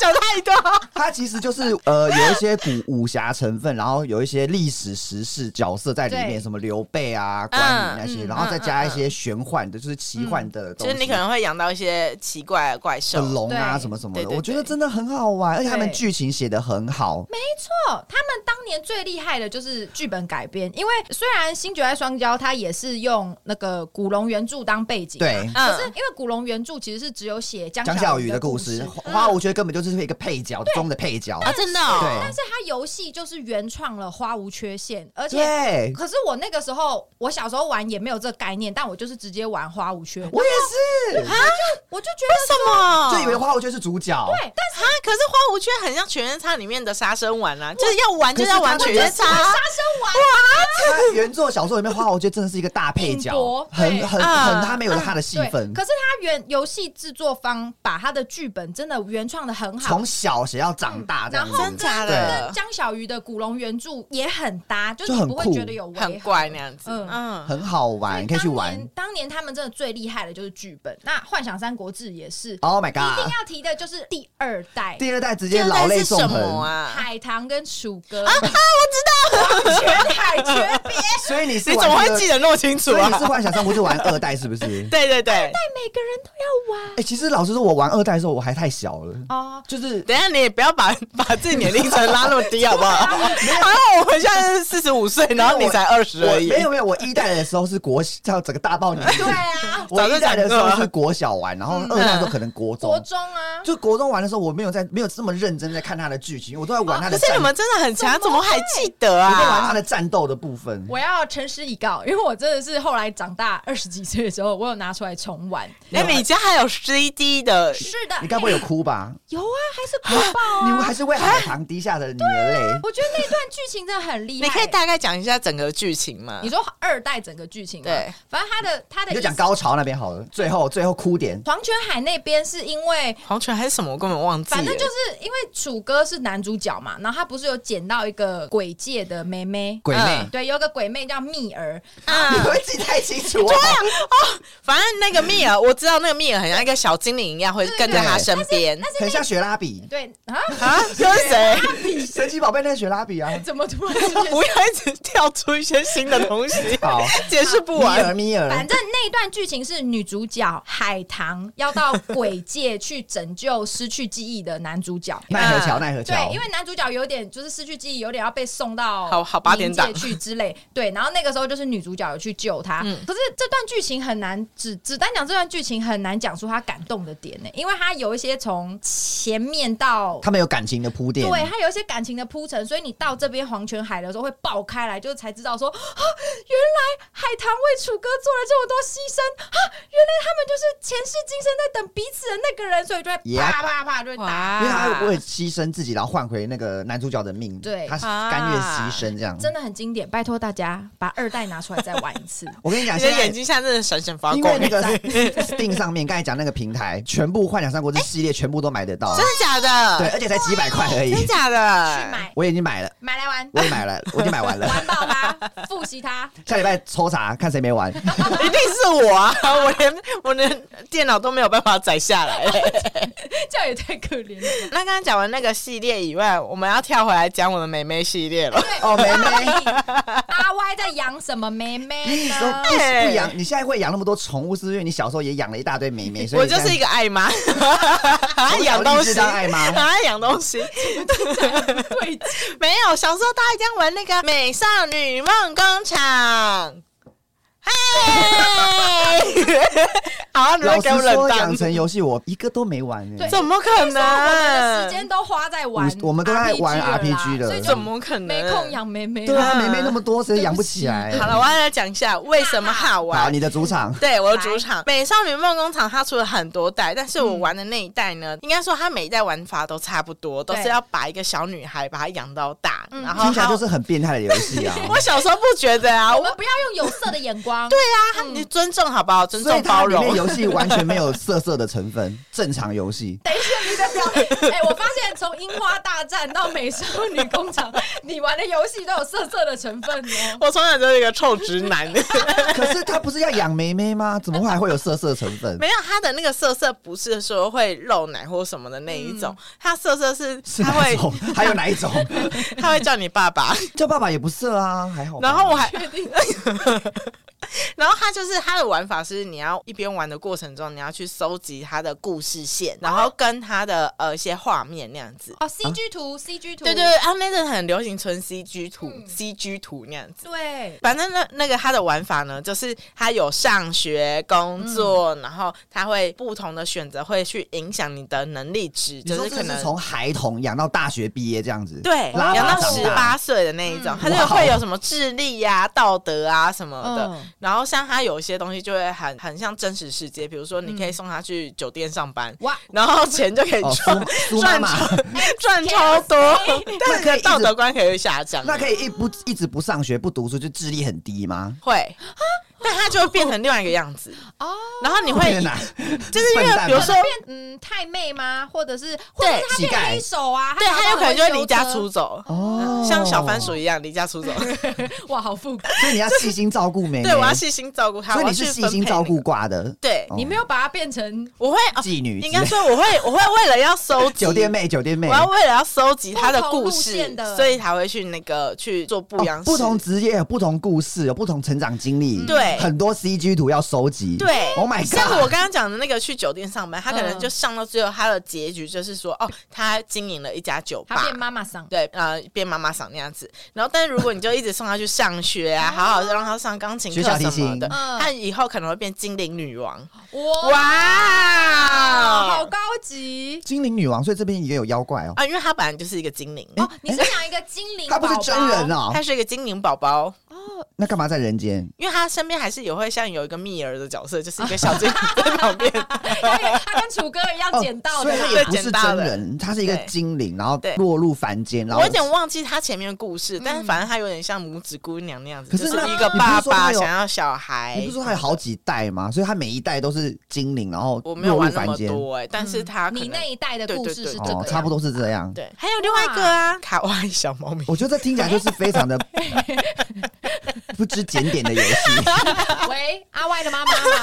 A: 讲太多。
C: 它其实就是呃有一些古武侠成分，然后有一些历史时事角色在里面，
B: 对
C: 什么刘备啊、关羽那些，
B: 嗯
C: 然后再加一些玄幻的，就是奇幻
A: 嗯
C: 的
A: 就
C: 东西，
A: 是你可能会养到一些奇怪的怪兽
C: 的，龙啊
B: 对
C: 什么什么
A: 对
C: 的，
A: 对对
C: 我觉得真的很好玩，而且他们
B: 对
C: 剧情写的很好。
B: 错，哦他们当年最厉害的就是剧本改编，因为虽然《新绝代双骄》它也是用那个古龙原著当背景，，
C: 对，
A: 嗯
C: 嗯
B: 可是因为古龙原著其实是只有写江
C: 江
B: 小
C: 小
B: 鱼
C: 雨
B: 的
C: 的
B: 故
C: 故
B: 事嗯
C: 事，，花花无缺根本就是一个配角中的配角。
A: 啊，真的、哦，
C: 对
B: 但是它游戏就是原创了花无缺限，而且
C: 对，
B: 可是我那个时候，我小时候玩也没有这个概念，但我就是直接玩花无缺，
C: 我也是，
B: 我就觉得
A: 什么？
C: 就以为花无缺是主角。
B: 对，但
A: 啊，可是花无缺很像全员差里面的杀生丸啊，就是要玩就是要玩
C: 可
A: 全
C: 是
A: 员
C: 他
A: 差，
B: 生玩
C: 他原作小说里面花无缺真的是一个大配角
B: 拼搏，
C: 很
B: 对
C: 很
A: 啊
C: 很，他没有他的戏份
B: 对，。可是他原游戏制作方把他的剧本真的原创的很好。
C: 从小写到长大这样子，
B: 然后
A: 真假
B: 跟
A: 的
B: 江小鱼的古龙原著也很搭，就是
C: 就
B: 你
C: 很
B: 不会
C: 酷
B: 觉得有违和
A: 很怪那样子，
B: 嗯
A: 嗯。
C: 很好玩，可以去
B: 当
C: 玩
B: 年。。当年他们真的最厉害的就是剧本，那《幻想三国志》也是，一
C: Oh my
B: 定
C: god！
B: 要提的就是第二代
C: 第二代直接老泪纵
A: 现在是什么
C: 横，
A: 啊？
B: 海棠跟楚歌啊我知 道，全哎海诀别，
C: 所以你是
A: 你
C: 玩
A: 怎么
C: 这
A: 会
C: 个
A: 记？得那么清楚
C: 所以你
A: 啊？
C: 是？幻想上不是玩二代是不是
A: 对对对，
B: 每个人都要玩
C: 哎，其实老实说，我玩二代的时候我还太小了，
B: 哦。
C: 就是
A: 等一下你也不要把 把自己年龄层拉那么低好不 好？好像我们现在是四十五岁，然后你才二十
C: 我
A: 而已。
C: 没有没有，我一代的时候是国叫整个 大爆年纪
B: 对 啊，
C: 我一代的时
A: 早就
C: 候
A: 讲过
C: 是国小玩，然后
A: 啊
C: 二代的时候可能国
B: 国
A: 嗯
B: 中
C: 中。
B: 啊，
C: 就国中玩的时候，我没有在没有这么认真在看他的剧情，我都在玩他
A: 可
C: 的
A: 是
C: 战
A: 你，们真的很强，
B: 怎
A: 怎
B: 么
A: 么
B: 会
A: 还记得
C: 我在玩他
A: 啊？
C: 的战斗的部分。分。
B: 我要诚实以告，因为我真的是后来长大二十几岁的时候，我有拿出来重玩。
A: 哎、
C: 啊
A: 你家还有 CD 的，
B: 是的，
C: 你该不会有哭吧？
B: 有啊，还是播报
C: 你
B: 啊。
C: 还是为海棠滴下的女儿
A: 啊
C: 泪。
B: 我觉得那段剧情真的很厉害。
A: 你
C: 哎
A: 可以大概讲一下整个剧情吗
B: 你？说二代整个剧情吗
A: 对，
B: 反正他的他的
C: 你就
B: 意
C: 讲
B: 思
C: 高潮那边好了，最后最后哭点，
B: 黄泉海那边是因为。
A: 黄泉还是什么？我根本忘记了。
B: 反正就是因为楚哥是男主角嘛，然后他不是有捡到一个鬼界的妹妹，
C: 鬼妹
A: 嗯，
B: 对，有个鬼妹叫蜜儿，
C: 你
A: 啊，
C: 会记太清楚啊！
A: 反正那个蜜儿，我知道那个蜜儿很像一个小精灵一样，会
B: 对对
A: 跟在他身边。
B: 但是
C: 很像雪 拉比，
B: 对啊，
A: 啊，又是谁？
C: 神奇宝贝那个雪拉 比啊。
B: 怎么突然之间
A: 不要一直跳出一些新的东西，
C: 好，
A: 解释不
C: 米尔
A: 完。
C: 米尔，。
B: 反正那一段剧情是女主角海棠要到鬼界去拯救失去记忆的男主角
C: 奈何桥
A: 嗯
C: 奈何桥，
B: 对，因为男主角有点就是失去记忆，有点要被送到
A: 好好八点档
B: 冥界去之类。 对，然后那个时候就是女主角有去救他，
A: 嗯
B: 可是这段剧情很难只只单讲这段剧情很难讲出他感动的点呢、因为他有一些从前面到
C: 他们有感情的铺垫。
B: 对他有一些感情的铺陈，所以你到这边黄泉海的时候会爆开来，就是才知道说啊， 原来海棠为楚哥做了这么多牺牲啊，原来他们就是前世今生在等彼此的那个人，所以就会
C: Yeah
B: 啪啪啪就会打。
A: 哇
C: 因为他为牺牲自己，然后换回那个男主角的命，
B: 对
C: 他是甘愿牺牲这样。
A: 啊
B: 真的很经典，拜托大家把二代拿出来再玩一次。
C: 我跟你讲，
A: 你
C: 现
A: 的
C: 在
A: 眼睛现在真的闪闪发
C: 因
A: 光
C: 为，那个 Steam 上面刚才讲那个平台，全部《幻想三国志》系列全部都买得到
A: 真，的假的？
C: 对，而且才几百块而已
A: 真。假的？
B: 去买
C: 我已经买了，
B: 买来玩，
C: 我也买 了，我已经买完了。
B: 玩爆它，复习 它。
C: 下礼拜抽查看谁 没玩。
A: 一定是我啊！ 我连我连电脑都没有办法载下来。
B: 这样也太可怜了。
A: 那刚刚讲完那个系列以外，我们要跳回来讲我的妹妹系列了。
C: 哦，妹
A: 哎
C: 妹，
B: 阿 Y 在养什么妹妹
C: 说
B: 呢？
C: 不
A: 哎
C: 不养，你现在会养那么多宠物，是因为你小时候也养了一大堆妹妹？所以
A: 我就是一
C: 个
A: 个爱妈，爱养东西，
C: 当爱 妈。
A: 爱养东西。
B: 对，
A: 没有，小时候大家一定玩那个《美少女梦工厂》。嗨， 好，你
C: 老
A: 们
C: 实
A: 给我冷
C: 说，
A: 淡
C: 养，成游戏我一个都没玩欸。
B: 对
A: 怎么可
B: 那时候我们的时
A: 能？
B: 间都花在玩 RPG 了啦，
C: 我们都在玩 RPG 了
B: 所以就
A: 怎么可能？
B: 没空。养妹妹。
C: 对啊，
A: 嗯
C: 妹妹那么多，谁养不起来？
A: 好了，我要来讲一下为什么好玩。
C: 好，你的主场
A: 对，我的主场《美少女梦工厂》它出了很多代，但是我玩的那一代呢，应该说它每一代玩法都差不多，都是
B: 对
A: 要把一个小女孩把她养到大，然后
C: 听起来
A: 她
C: 就是很变态的游戏啊。
A: 我小时候不觉得啊，
B: 我
A: 我
B: 们不要用有色的眼光。
A: 对啊，她你尊重好不好？尊
C: 所以
A: 重
C: 它
A: 包
C: 里面
A: 容。
C: 游戏完全没有色色的成分， 正常游戏。
B: 等一下，你的表， 哎、我发现从樱花大战到美少女工厂，你玩的游戏都有色色的成分哦。
A: 我从小就是一个臭直 男，
C: 可是它不是要养妹妹吗？怎么会还会有色色成分？
A: 没有他的那个色色不是说会露奶或什么的那一种，他色色是
C: 嗯是
A: 他
C: 哪一
A: 会
C: 种？还有哪一种？
A: 他会叫你爸 爸，
C: 叫爸爸也不色啊，还好吧。
A: 然后我还，然后他就是他的玩法是，你要一边玩的过程中，你要去搜集他的故事线，然后跟他的呃一些画面那样子。
B: 哦，CG 图、c g 图，
A: 对对对，啊，那阵很流行存 CG 图、
B: 嗯
A: CG 图那样子。
B: 对，
A: 反正那那个他的玩法呢，就是他有上学、工作，
C: 嗯
A: 然后他会不同的选择会去影响你的能力值，
C: 你
A: 就
C: 说
A: 是
C: 这
A: 可
C: 是
A: 能
C: 从孩童养到大学毕业这样子。
A: 对，
C: 拉拔
A: 养到
C: 长
A: 十
C: 大
A: 八岁的那一种
B: 嗯，
A: 他就会有什么智力呀、道德啊什么的。
B: 嗯
A: 然后像他有一些东西就会很很像真实世界，比如说你可以送他去酒店上班，
B: 哇，
A: 然后钱就可以
C: 嗯哦，
A: 赚、
C: 苏苏妈
A: 赚
C: 妈，
A: 超 赚超 多，但
C: 可以一
A: 是
C: 直
A: 道德观可以下降。
C: 那可以一不一直不上学不读书，就智力很低吗？
A: 会。
C: 啊
A: 但他就会变成另外一个样子，
B: 哦，
A: 然后你会
C: 天哪，
A: 就是因
C: 笨
A: 为
C: 蛋啊
A: 比如
C: 吧
A: 说，
B: 变嗯太妹吗？或者是，或者是他
C: 乞
B: 变
C: 丐
B: 黑手啊？
A: 对
B: 搞不
A: 他
B: 好
A: 有可能就会
B: 会
A: 离家出走，
C: 哦
A: 像小番薯一样离家出走。
B: 修 车，哇，好复古！
C: 所以你要细心照顾妹妹。
A: 对，我要细心照顾他，
C: 所以
A: 我要
C: 你是
A: 去
C: 细
A: 分
C: 心
A: 配
C: 照
A: 那
C: 顾
A: 个。
C: 挂的
A: 对，
C: 哦
B: 你没有把它变成
A: 我会哦
C: 妓女之类，
A: 应该说我会，我会为了要收集
C: 酒店，妹，酒店妹哦
A: 我，要为了要收集他的故
B: 不同路
A: 事
B: 线，的
A: 所以才会去那个去做不一样、
C: 哦不同。职业有不同故事，有不同成长经历，
A: 嗯对
C: 很多 CG 图要收集。
A: 对
C: ，Oh my
A: 像我
C: god！
A: 刚刚讲的那个去酒店上班，他可能
B: 嗯
A: 就上到最后，他的结局就是说，哦，他经营了一家酒
B: 他
A: 吧。
B: 变妈妈桑。
A: 对，呃，变妈妈嗓那样子。然后，但是如果你就一直送他去上学啊，好好的让他上钢琴
C: 学
A: 课
C: 校提
A: 什么
C: 琴
A: 的，
B: 嗯
A: 他以后可能会变精灵女王。
B: 哇，好
A: 哇！
B: 高级
C: 精灵女王，所以这边也有妖怪哦。
A: 啊，因为他本来就是一个精灵，
B: 哦！你是讲一个精灵
C: 她
B: 宝宝？
A: 啊
C: 不是真人
B: 哦！
C: 哦
A: 他，是一个精灵宝宝。
C: 那干嘛在人间？
A: 因为他身边还是有会像有一个蜜儿的角色，就是一个小精灵在旁 边，
B: 他也他跟楚哥一
A: 哦
B: 样捡到的
C: 所以
B: 啦，
C: 他也不是真人，他是一个精灵，然后
A: 对
C: 落入凡间，然后
A: 我有点忘记他前面的故事，但是反正他有点像拇指姑娘那样子，
C: 可是
A: 就
C: 那
A: 嗯是一个
C: 你不是
A: 爸
C: 说他
A: 爸
C: 有
A: 想要小孩
C: 你不是。说他有好几代吗？所以他每一代都是精灵，然后
A: 我没有
C: 落
A: 玩
C: 入
A: 那
C: 凡
A: 么
C: 间。
A: 多哎、但是他可
B: 你
A: 能
B: 那一代的故事是这个样
C: 哦，
B: 子，
C: 差不多是这样。
A: 对，还有另外一个啊，卡哇伊小猫咪。
C: 我觉得这听起来就是非常的不知检点的 游戏。
B: 喂，阿外的妈妈吗？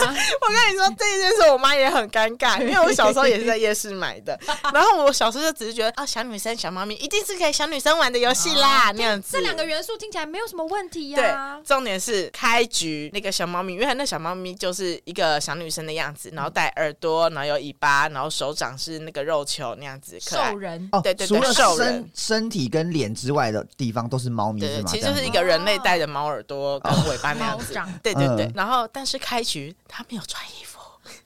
A: 我跟你说这一件事，我妈也很尴尬，因为我小时候也是在夜市买 的，然后我小时候就只是觉得啊，小女生、小猫咪一定是给小女生玩的游戏啦，那样子。
B: 这两个元素听起来没有什么问题
A: 对
B: 呀，。
A: 重点是开局那个小猫咪，因为那小猫咪就是一个小女生的样子，然后带耳朵，然后有尾巴，然后手掌是那个肉球那样子，可爱
B: 兽。人
C: 哦，
A: 对对对
C: 除了
A: 兽
C: 身
A: 人
C: 身体跟脸之外的地方都是猫咪
A: 对
C: 是
A: 对，
C: 吗？
A: 其实
C: 这
A: 就
C: 样
A: 是一
C: 子
A: 个人类带着猫耳朵跟尾巴那样
B: 猫
A: 子
B: 掌，
A: 对对对
C: 嗯。
A: 然后，但是开局他没有穿衣服，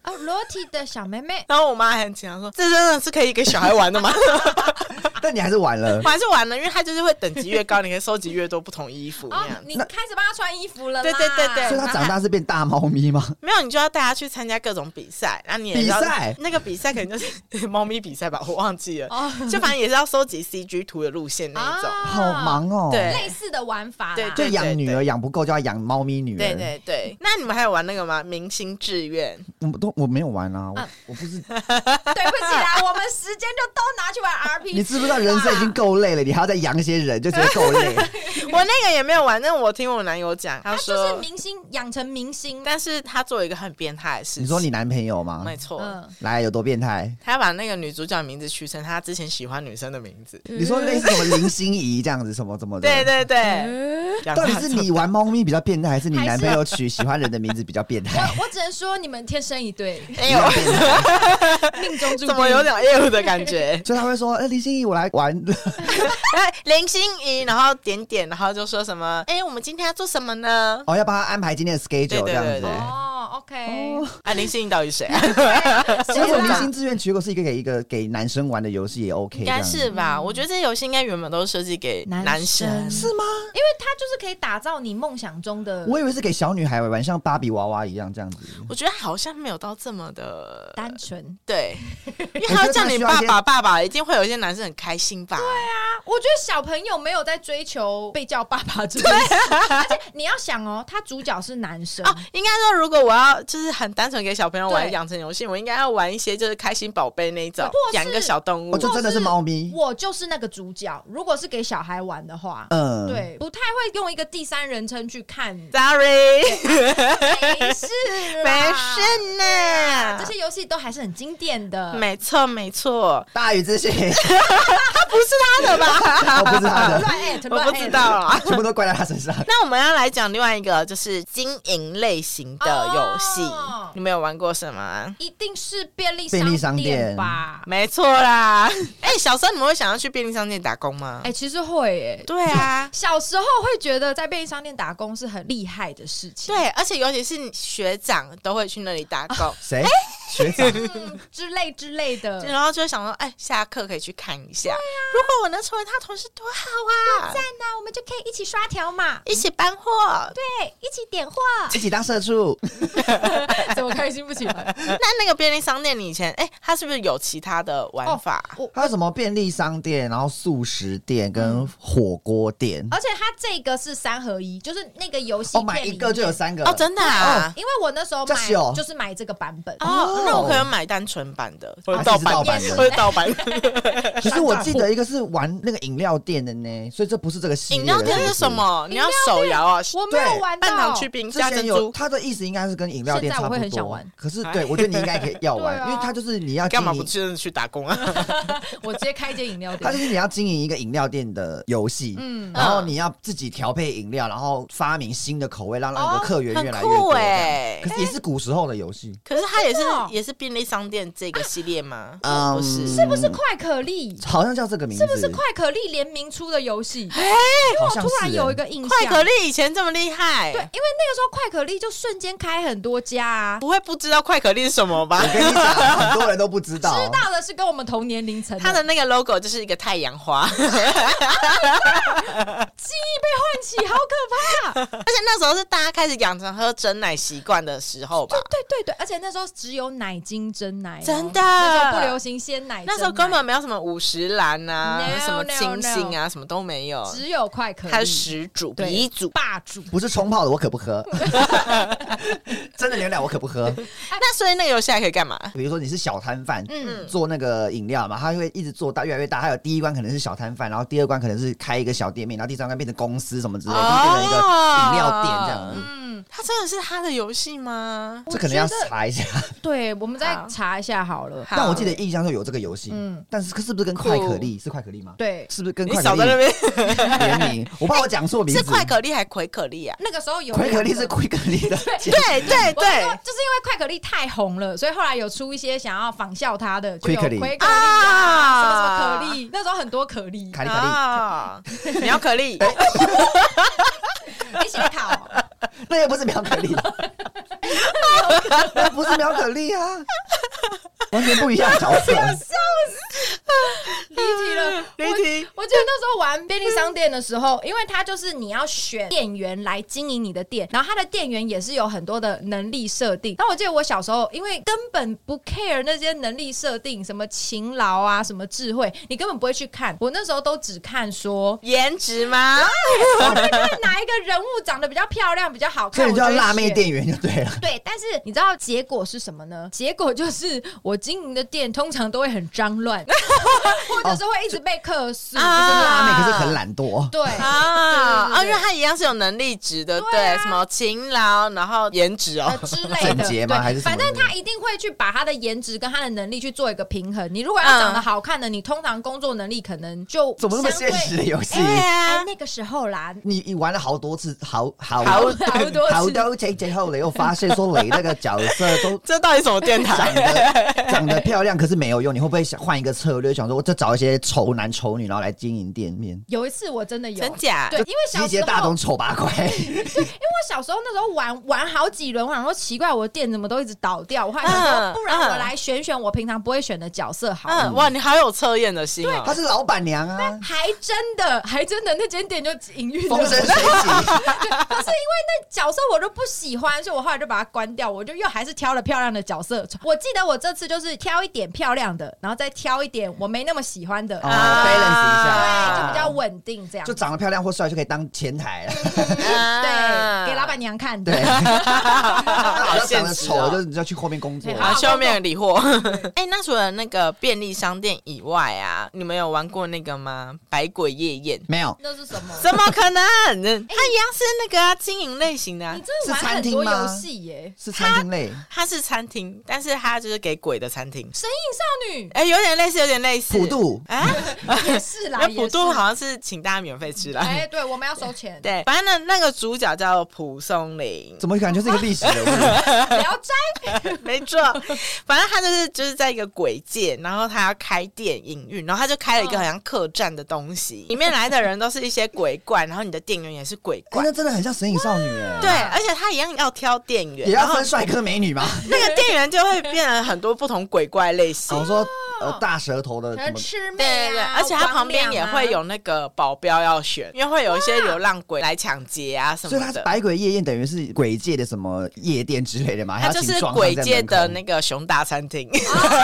B: 哦，裸体的小妹妹，
A: 然后我妈还很紧张说：“这真的是可以给小孩玩 的吗？”
C: 但你还是玩了
A: 我。还是玩了，因为它就是会等级越高，你可以收集越多不同衣服那
B: 哦
A: 样，子。
B: 你开始帮她穿衣服了啦，
A: 对对对对
C: 所以它长大是变大猫 咪吗？
A: 没有，你就要带它去参加各种比赛，然后你也要
C: 比赛
A: 那个比赛可能就是 猫咪比赛吧，我忘记了，
B: 哦
A: 就反正也是要收集 CG 图的路线那一种。
B: 啊
C: 好忙哦。
A: 对
B: 类似的玩法啦，
A: 对对
C: 就养女儿养不够，就要养猫咪女儿。
A: 对对对，那你们还有玩那个吗？明星志愿，
C: 我都我没有玩啊，我
B: 啊
C: 我不是，
B: 对不起啦， 我们时间就都拿 去玩 RPG。
C: 你知不知道人生已经够累了，你还要再养一些人，就觉得够 累。
A: 我那个也没有玩，但我听我男友讲，他
B: 他啊就是
A: 说，
B: 明星养成明星，
A: 但是他做一个很变态的事情。
C: 你说你男朋友吗？
A: 没错，
B: 嗯，
C: 来有多变态？
A: 他把那个女主角的名字取成他之前喜欢女生的名字。
C: 你说类似什么林心怡这样子，什么什么的？
A: 对。对对，
B: 嗯
C: 到底是你玩猫咪比较变态，还是你
B: 还是
C: 男朋友取喜欢人的名字比较变 态？
B: 我我只能说你们天生一对，
A: 哎呦，
B: 命中注定。
A: 怎么有？点业务的感觉？
C: 就他会说：“哎、林心怡，我来玩。
A: 哎，林心怡，然后点点，然后就说什么？哎、我们今天要做什么呢”？
C: 哦，要帮他安排今天的 schedule 这
A: 对对
C: 样子。
A: 对对
B: 哦，OK，
A: 啊，林心怡到底谁、啊？
C: 为什么明
A: 啦
C: 星志愿结果是一个给一个给男生玩的游戏也 OK？
A: 应
C: 这样嗯
A: 该
C: 子
A: 是吧？我觉得这些游戏应该原本都是设计给男生。
B: 是吗？因为他就是可以打造你梦想中的
C: 我以为是给小女孩玩，像芭比娃娃一样这样子。
A: 我觉得好像没有到这么的
B: 单纯。
A: 对，因为
C: 我觉
A: 他
C: 得
A: 要叫
C: 他
A: 你
C: 需要一
A: 爸
C: 些
A: 爸爸爸，一定会有一些男生很开心吧？
B: 啊我觉得小朋友没有在追求被叫爸爸这件事， 而且你要想哦，他主角是男生，
C: 啊
A: 哦，应该说，如果我要就是很单纯给小朋友玩
B: 对
A: 养成游戏，我应该要玩一些就是开心宝贝那一种
B: 或，是
A: 养一个小动物
C: 我。哦就真的是猫咪。
B: 我就是那个主角。如果是给小孩玩的话，
C: 嗯，。
B: 对，不太会用一个第三人称去看。
A: Sorry，
B: 没事，啊
A: 没，事呢。
B: 这些游戏都还啊是很经典的。
A: 没错，没错，
C: 大禹之心，
A: 不是他的 吧？
C: 我不知道 的，
B: 乱 at，
A: 我
B: 乱
A: 不
B: at
A: 知道。啊。
C: 全部都怪在他身上。
A: 那我们要来讲另外一个，就是经营类型的游戏，
B: 哦
A: 你们有玩过什么啊？
B: 一定是便利
C: 便利商
B: 店
C: 店
B: 吧？
A: 没错啦。哎、小时候你们会想要去便利商店打工吗？
B: 哎、其实会耶、
A: 对啊，
B: 小时候会觉得在便利商店打工是很厉害的事情，
A: 对，而且尤其是学长都会去那里打工，
C: 谁？学长？
B: 嗯之类之类 的。
A: 然后就会想说，哎、下课可以去看一下。如果我能成为他同事，多好啊！
B: 赞呐、我们就可以一起刷条码，
A: 一起搬货，
B: 对，一起点货。
C: 自己当社畜？
B: 怎么开心不起来？
A: 那那个便利商店，你以前哎、它是不是有其他的玩法？
B: 哦我
C: 还有什么便利商店，然后素食店跟火锅店？
B: 而且它这个是三合一，就是那个游戏
C: 哦，买
B: 店里
C: 一个就有
B: 面
C: 三个
A: 哦，真的啊！
B: 因为我那时候
C: 这
B: 买
C: 是哦
B: 就是买这个版本，
A: 哦啊
C: 哦，
A: 那我可以买单纯版的，或
C: 者盗版的
A: 的，或者盗版的。
C: 可是我记得一个是玩那个饮料店的呢，所以这不是这个系列。
A: 饮料店是什？么？你要手摇啊，
B: 我没有
C: 对
B: 玩
A: 半
B: 到
A: 糖。去冰
C: 之
A: 加珍
C: 前有
A: 珠，
C: 他的意思应该是跟饮料店
B: 现
C: 差不
B: 在我会很想
C: 多
B: 玩，
C: 可是对我觉得你应该可以要玩，
B: 对啊
C: 因为它就是你要经
A: 干嘛不
C: 营，
A: 去去打 工啊？
B: 我直接开一间饮料
C: 它就
B: 店。
C: 是你要经营一个饮料店的游戏，
B: 嗯
C: 然后你要自己调配饮料，然后发明新的口味，让让你
B: 哦欸
C: 的客源
A: 很
C: 越来越
A: 酷
C: 多。这样
A: 哎
C: 可！是也是古时候的游戏，
A: 可是它也是
B: 真的哦
A: 也是便利商店这个系列吗？
C: 嗯
A: 不是，
B: 是不是快可丽？
C: 好像叫这个名字，
B: 是不是快可丽联名出的游戏？
A: 哎
B: 哎
C: 好
B: 我
C: 像
B: 突
C: 是
B: 然
C: 欸
B: 有一个印象，
A: 快可丽以前这么厉害，
B: 对，因为那个时候快可丽就瞬间开很多家啊。
A: 不会不知道快可丽是什么吧
C: 我？跟你讲，很多人都不知
B: 知
C: 道。
B: 道的是跟我们同年龄层，
A: 它的那个 logo 就是一个太阳花，
B: 记忆被唤起，好可怕！
A: 而且那时候是大家开始养成喝真奶习惯的时候吧。
B: 对对对，而且那时候只有奶精真奶哦，
A: 真的
B: 那时候不流行鲜奶，
A: 那时候根本没有什么五十岚啊
B: No，
A: 什么
B: no，
A: 清新啊什么都没有
B: 真奶。只有快可丽，
A: 它是始祖、
B: 对
A: 鼻祖。
B: 霸主。
C: 不是冲泡的，我可不喝。 真的牛奶我可不喝。
A: 那所以那个游戏还可以干嘛？
C: 比如说你是小摊贩，
B: 嗯
C: 做那个饮料嘛，它会一直做大，越来越大。还有第一关可能是小摊贩，然后第二关可能是开一个小店面，然后第三关变成公司什么之类的，就变成一个饮料店这样。
B: 嗯，
A: 它真的是他的游戏吗？
C: 这可能要
B: 我觉得
C: 查一下。
B: 对，我们再
A: 好
B: 查一下好了。
A: 好
C: 但我记得印象中有这个游戏，
B: 嗯
C: 但是是不是跟快可丽是快可丽吗？，
B: 对，
C: 是不是跟
A: 你
C: 快可
A: 少在那
C: 丽
A: 边，
C: 联名？我怕我讲错名字。
A: 是快可啊丽还葵可丽啊？
B: 那个时候有
C: 快可丽
B: 两
C: 是
B: 个
C: 快可丽的，
A: 对对
B: 我跟你
A: 对
B: 说，就是因为快可丽太红了，所以后来有出一些想要仿效它的，就有
C: Quickly
B: 葵可丽啊，什么什
A: 啊
B: 么可丽，那时候很多可 丽，
C: 卡丽卡
A: 啊， 苗可丽，
B: 一起考。
C: 丽，那又不是苗可丽， 那不是苗可丽啊，完全不一样的角色。
B: 离题 了，
A: 离
B: 我
A: 题
B: 我记得那时候玩便利商店的时候，因为它就是你要选店员来经营你的店，然后它的店员也是有很多的能力设定。那我记得我小时候，因为根本不 care 那些能力设定，什么勤劳啊，什么智慧，你根本不会去看。我那时候都只看说。
A: 颜值吗？
B: 我会看哪一个人物长得比较漂亮、比较好
C: 所
B: 看，
C: 以你就要
B: 我会
C: 辣妹
B: 选
C: 店员就对了。
B: 对，但是你知道结果是什么呢？结果就是我经营的店通常都会很脏乱， 或者是会一直被客诉。
A: 啊
C: 辣妹可是很懒惰，
B: 对，呃
A: 啊，
B: 对对对
A: 啊，因为他一样是有能力值的，
B: 对啊
A: 对，什么勤劳，然后颜值
B: 呃
A: 哦，
B: 之类的，
C: 啊整洁吗
B: 对
C: 还是什么
B: 反正他一定会去把他的颜值跟他的能力去做一个平衡。你如果要长得好看的，你通常工作能力可能就
C: 啊怎么那么
B: 相对
C: 现实？的游戏？
A: 对
B: 哎
A: 啊，，
B: 那个时候啦，
C: 你你玩了好多次，好好
A: 好
B: 好多
C: 好
B: 次
C: 多集之后，你又发现说你那个角色都
A: 这到底什么电
C: 长
A: 台？
C: 得长得漂亮，可是没有用，你会不会想换一个策略，想说我再找一些丑男丑女，然后来经营店面？
B: 有一次我真的有，
A: 真假？
B: 对，因为小
C: 集结
B: 时
C: 大
B: 候
C: 众丑八怪，
B: 我小时候那时候玩玩好几轮，我想说奇怪，我的店怎么都一直倒掉。我后来想
A: 嗯
B: 说，不然我
A: 嗯
B: 来选选我平常不会选的角色好了。
A: 嗯，哇，你好有测验的心哦
C: 她。是老板 娘啊，
B: 还真的，还真的，那间店就营运了。
C: 风
B: 不是
C: 生水起。
B: 那角色我都不喜欢，所以我后来就把它关掉。我就又还是挑了漂亮的角色。我记得我这次就是挑一点漂亮的，然后再挑一点我没那么喜欢的，
C: 哦
A: 啊
C: balance 一下
B: 哎对，就比较稳定这样
C: 就。长得漂亮或帅就可以当前台了，
A: 啊
B: 对，给老板娘看的。
C: 嗯对。好
A: 好
C: 像长
A: 现
C: 得
A: 实
C: 丑
A: 哦
C: 了，就是你要去后面工作。
B: 对
A: 啊，
B: 好
A: 去后面理货。哎、那除了那个便利商店以外啊，你们有玩过那个吗？百鬼夜宴？
C: 没有，
B: 那是什么？
A: 怎么可能？它一样是那个、啊、经营类型的、啊
B: 你，真的玩
C: 是餐
B: 很
C: 厅
B: 多
C: 吗
B: 游戏耶？
C: 是餐厅类，
A: 它是餐厅，但是它就是给鬼的餐厅。
B: 神隐少女
A: 哎、有点类似，有点类似。
C: 普渡
A: 啊，
B: 也是
C: 哎
B: 啦，
A: 那
B: 也
A: 普渡
B: 是
A: 好像是请大家免费吃啦。
B: 哎、对，我们要收钱。
A: 对，反正呢那个主角叫蒲松龄，
C: 怎么感觉是一个历史人物？
B: 聊 斋
A: 没错，反正他就是就是在一个鬼界，然后他要开店营运，然后他就开了一个
B: 嗯
A: 好像客栈的东 西，里面来的人都是一些鬼怪，然后你的店员也是鬼
C: 哇
A: 怪
C: 那。真的很像神隐少女哎。
A: 对，而且他一样要挑店员，
C: 也
A: 然
C: 要
A: 后
C: 分帅哥美女吗？
A: 那个店员就会变成很多不同鬼怪类型。
C: 我说呃大舌头的
B: 可
C: 什
B: 能
C: 么？
B: 吃妹、
A: 对
B: 啊、
A: 对对，而且他旁边也会有那个保镖要选，因为会有一些流浪鬼来抢劫啊什
C: 所以他
A: 么
C: 是
A: 的。
C: 百鬼夜宴等于是鬼界的什么夜店之类的嘛？
A: 他
C: 还要
A: 就
C: 请
A: 是
C: 装
A: 鬼
C: 上在
A: 界
C: 门口
A: 的那个熊大餐厅。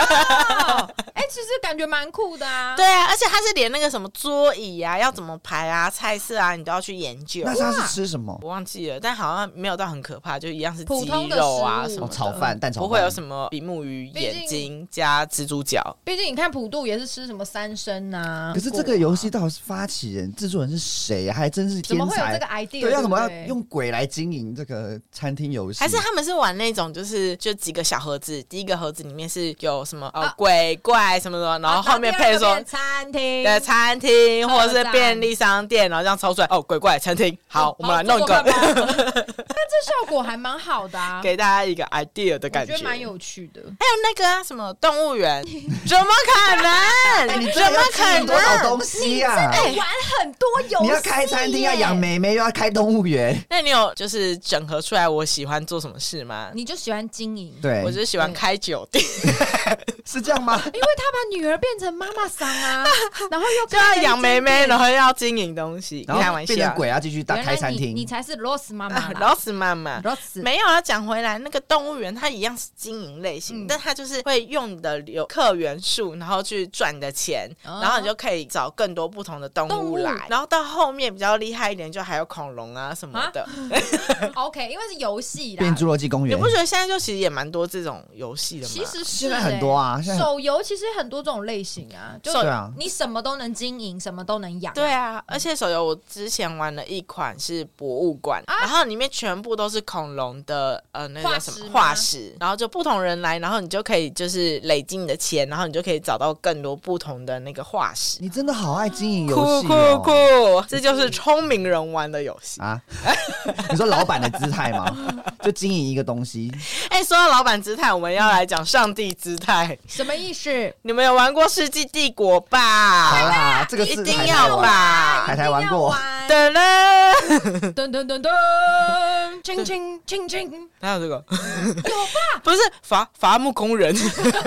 B: 光亮啊。哎、其实感觉蛮酷的啊。
A: 对，啊，而且他是连那个什么桌椅啊，要怎么排啊、菜色啊，你都要去研究。
C: 那他是吃什么？
A: 我忘记了，但好像没有到很可怕，就一样是
B: 普
A: 鸡
B: 通的
A: 肉啊
B: 食物
A: 什
C: 哦，
A: 么
C: 炒
A: 的，
C: 饭、蛋炒饭，
A: 不会有什么比目鱼、
B: 毕
A: 眼
B: 竟
A: 睛加蜘蛛脚。
B: 毕竟你看普渡也是吃什么三生啊。
C: 可是这个游戏到底是发起人、制作人是谁啊？还真是
B: 怎
C: 天
B: 么会有
C: 才
B: 这个。idea？
C: 对，要怎么
B: 对
C: 要用鬼来经营这个餐厅游戏？
A: 还是他们是玩那种，就是就几个小盒子，第一个盒子里面是有什么呃
B: 啊
A: 鬼怪什么什么，然后后面配
B: 然后
A: 说
B: 变餐厅
A: 的餐厅或者是
B: 客栈
A: 便利商店，然后这样抽出来哦，鬼怪餐厅。好，我们
B: 哦
A: 来弄一
B: 好这
A: 个，
B: 干嘛 但这效果还蛮好的啊，
A: 给大家一个 idea 的
B: 我
A: 感
B: 觉
A: 觉
B: 得。蛮有趣的。
A: 还有那个啊，什么动物园，就怎么可
C: 哎 你
A: 能？
C: 真的
A: 怎么
C: 要记
A: 可
C: 多少
A: 能？
C: 东西呀、
B: 哎玩很多游戏，
C: 你要开餐厅，要养，妹妹，又要开动物园，
A: 那你有就是整合出来我喜欢做什么事吗？
B: 你就喜欢经营，
C: 对
A: 我，就是喜欢开酒店，
C: 是这样吗？
B: 因为他把女儿变成妈妈 桑啊，然后又
A: 就要养妹
B: 妹
A: 妹，
B: 妹
A: 然后又要经营东西，
C: 然
A: 开
C: 后
A: 玩
C: 变成
A: 笑。
C: 鬼要继续大开餐
B: 你你
C: 厅，
B: 才是 Rose 啊妈 妈啦
A: 老死妈妈，
B: ，Rose
A: 没有啊，讲回来，那个动物园它一样是经营类型，
B: 嗯
A: 但它就是会用你的游客元素，然后去赚的钱，
B: 哦
A: 然后你就可以找更多不同的动物来。
B: 动物
A: 然后到后面比较厉害一点，就还有恐龙啊什么的。
B: OK，因为是游戏
C: 变
B: 啦
C: 侏。罗纪公
A: 你
C: 园
A: 不。觉得现在就其实也蛮多这种游戏的吗？
B: 其实是
C: 现在
B: 欸
C: 很多啊现在很
B: 手游其实很多这种类型啊，就
C: 对啊
B: 你什么都能经营，什么都能养。
A: 对啊，而且手游我之前玩了一款是博物馆，
B: 啊
A: 然后里面全部都是恐龙的呃那个叫什么
B: 化石吗
A: 化石，然后就不同人来，然后你就可以就是累积你的钱，然后你就可以找到更多不同的那个化石。
C: 你真的好爱经营游
A: 酷
C: 戏
A: 酷酷
C: 哦！！
A: 这就是聪明人玩的游戏。
C: 啊， 你说老板的姿态吗？就经营一个东西，
A: 哎、说到老板姿态，我们要来讲上帝姿态。
B: 什么意思？
A: 你们有玩过《世纪帝国》
C: 好
A: 吧？
C: 啦，这个
A: 一
C: 是
A: 定
C: 海苔
A: 要
C: 王
A: 吧？
C: 海苔玩过
B: 一定
A: 等了，
B: 要玩噔噔噔噔，清清清清，
A: 哪有这个？ 有吧？不是伐伐木工 人。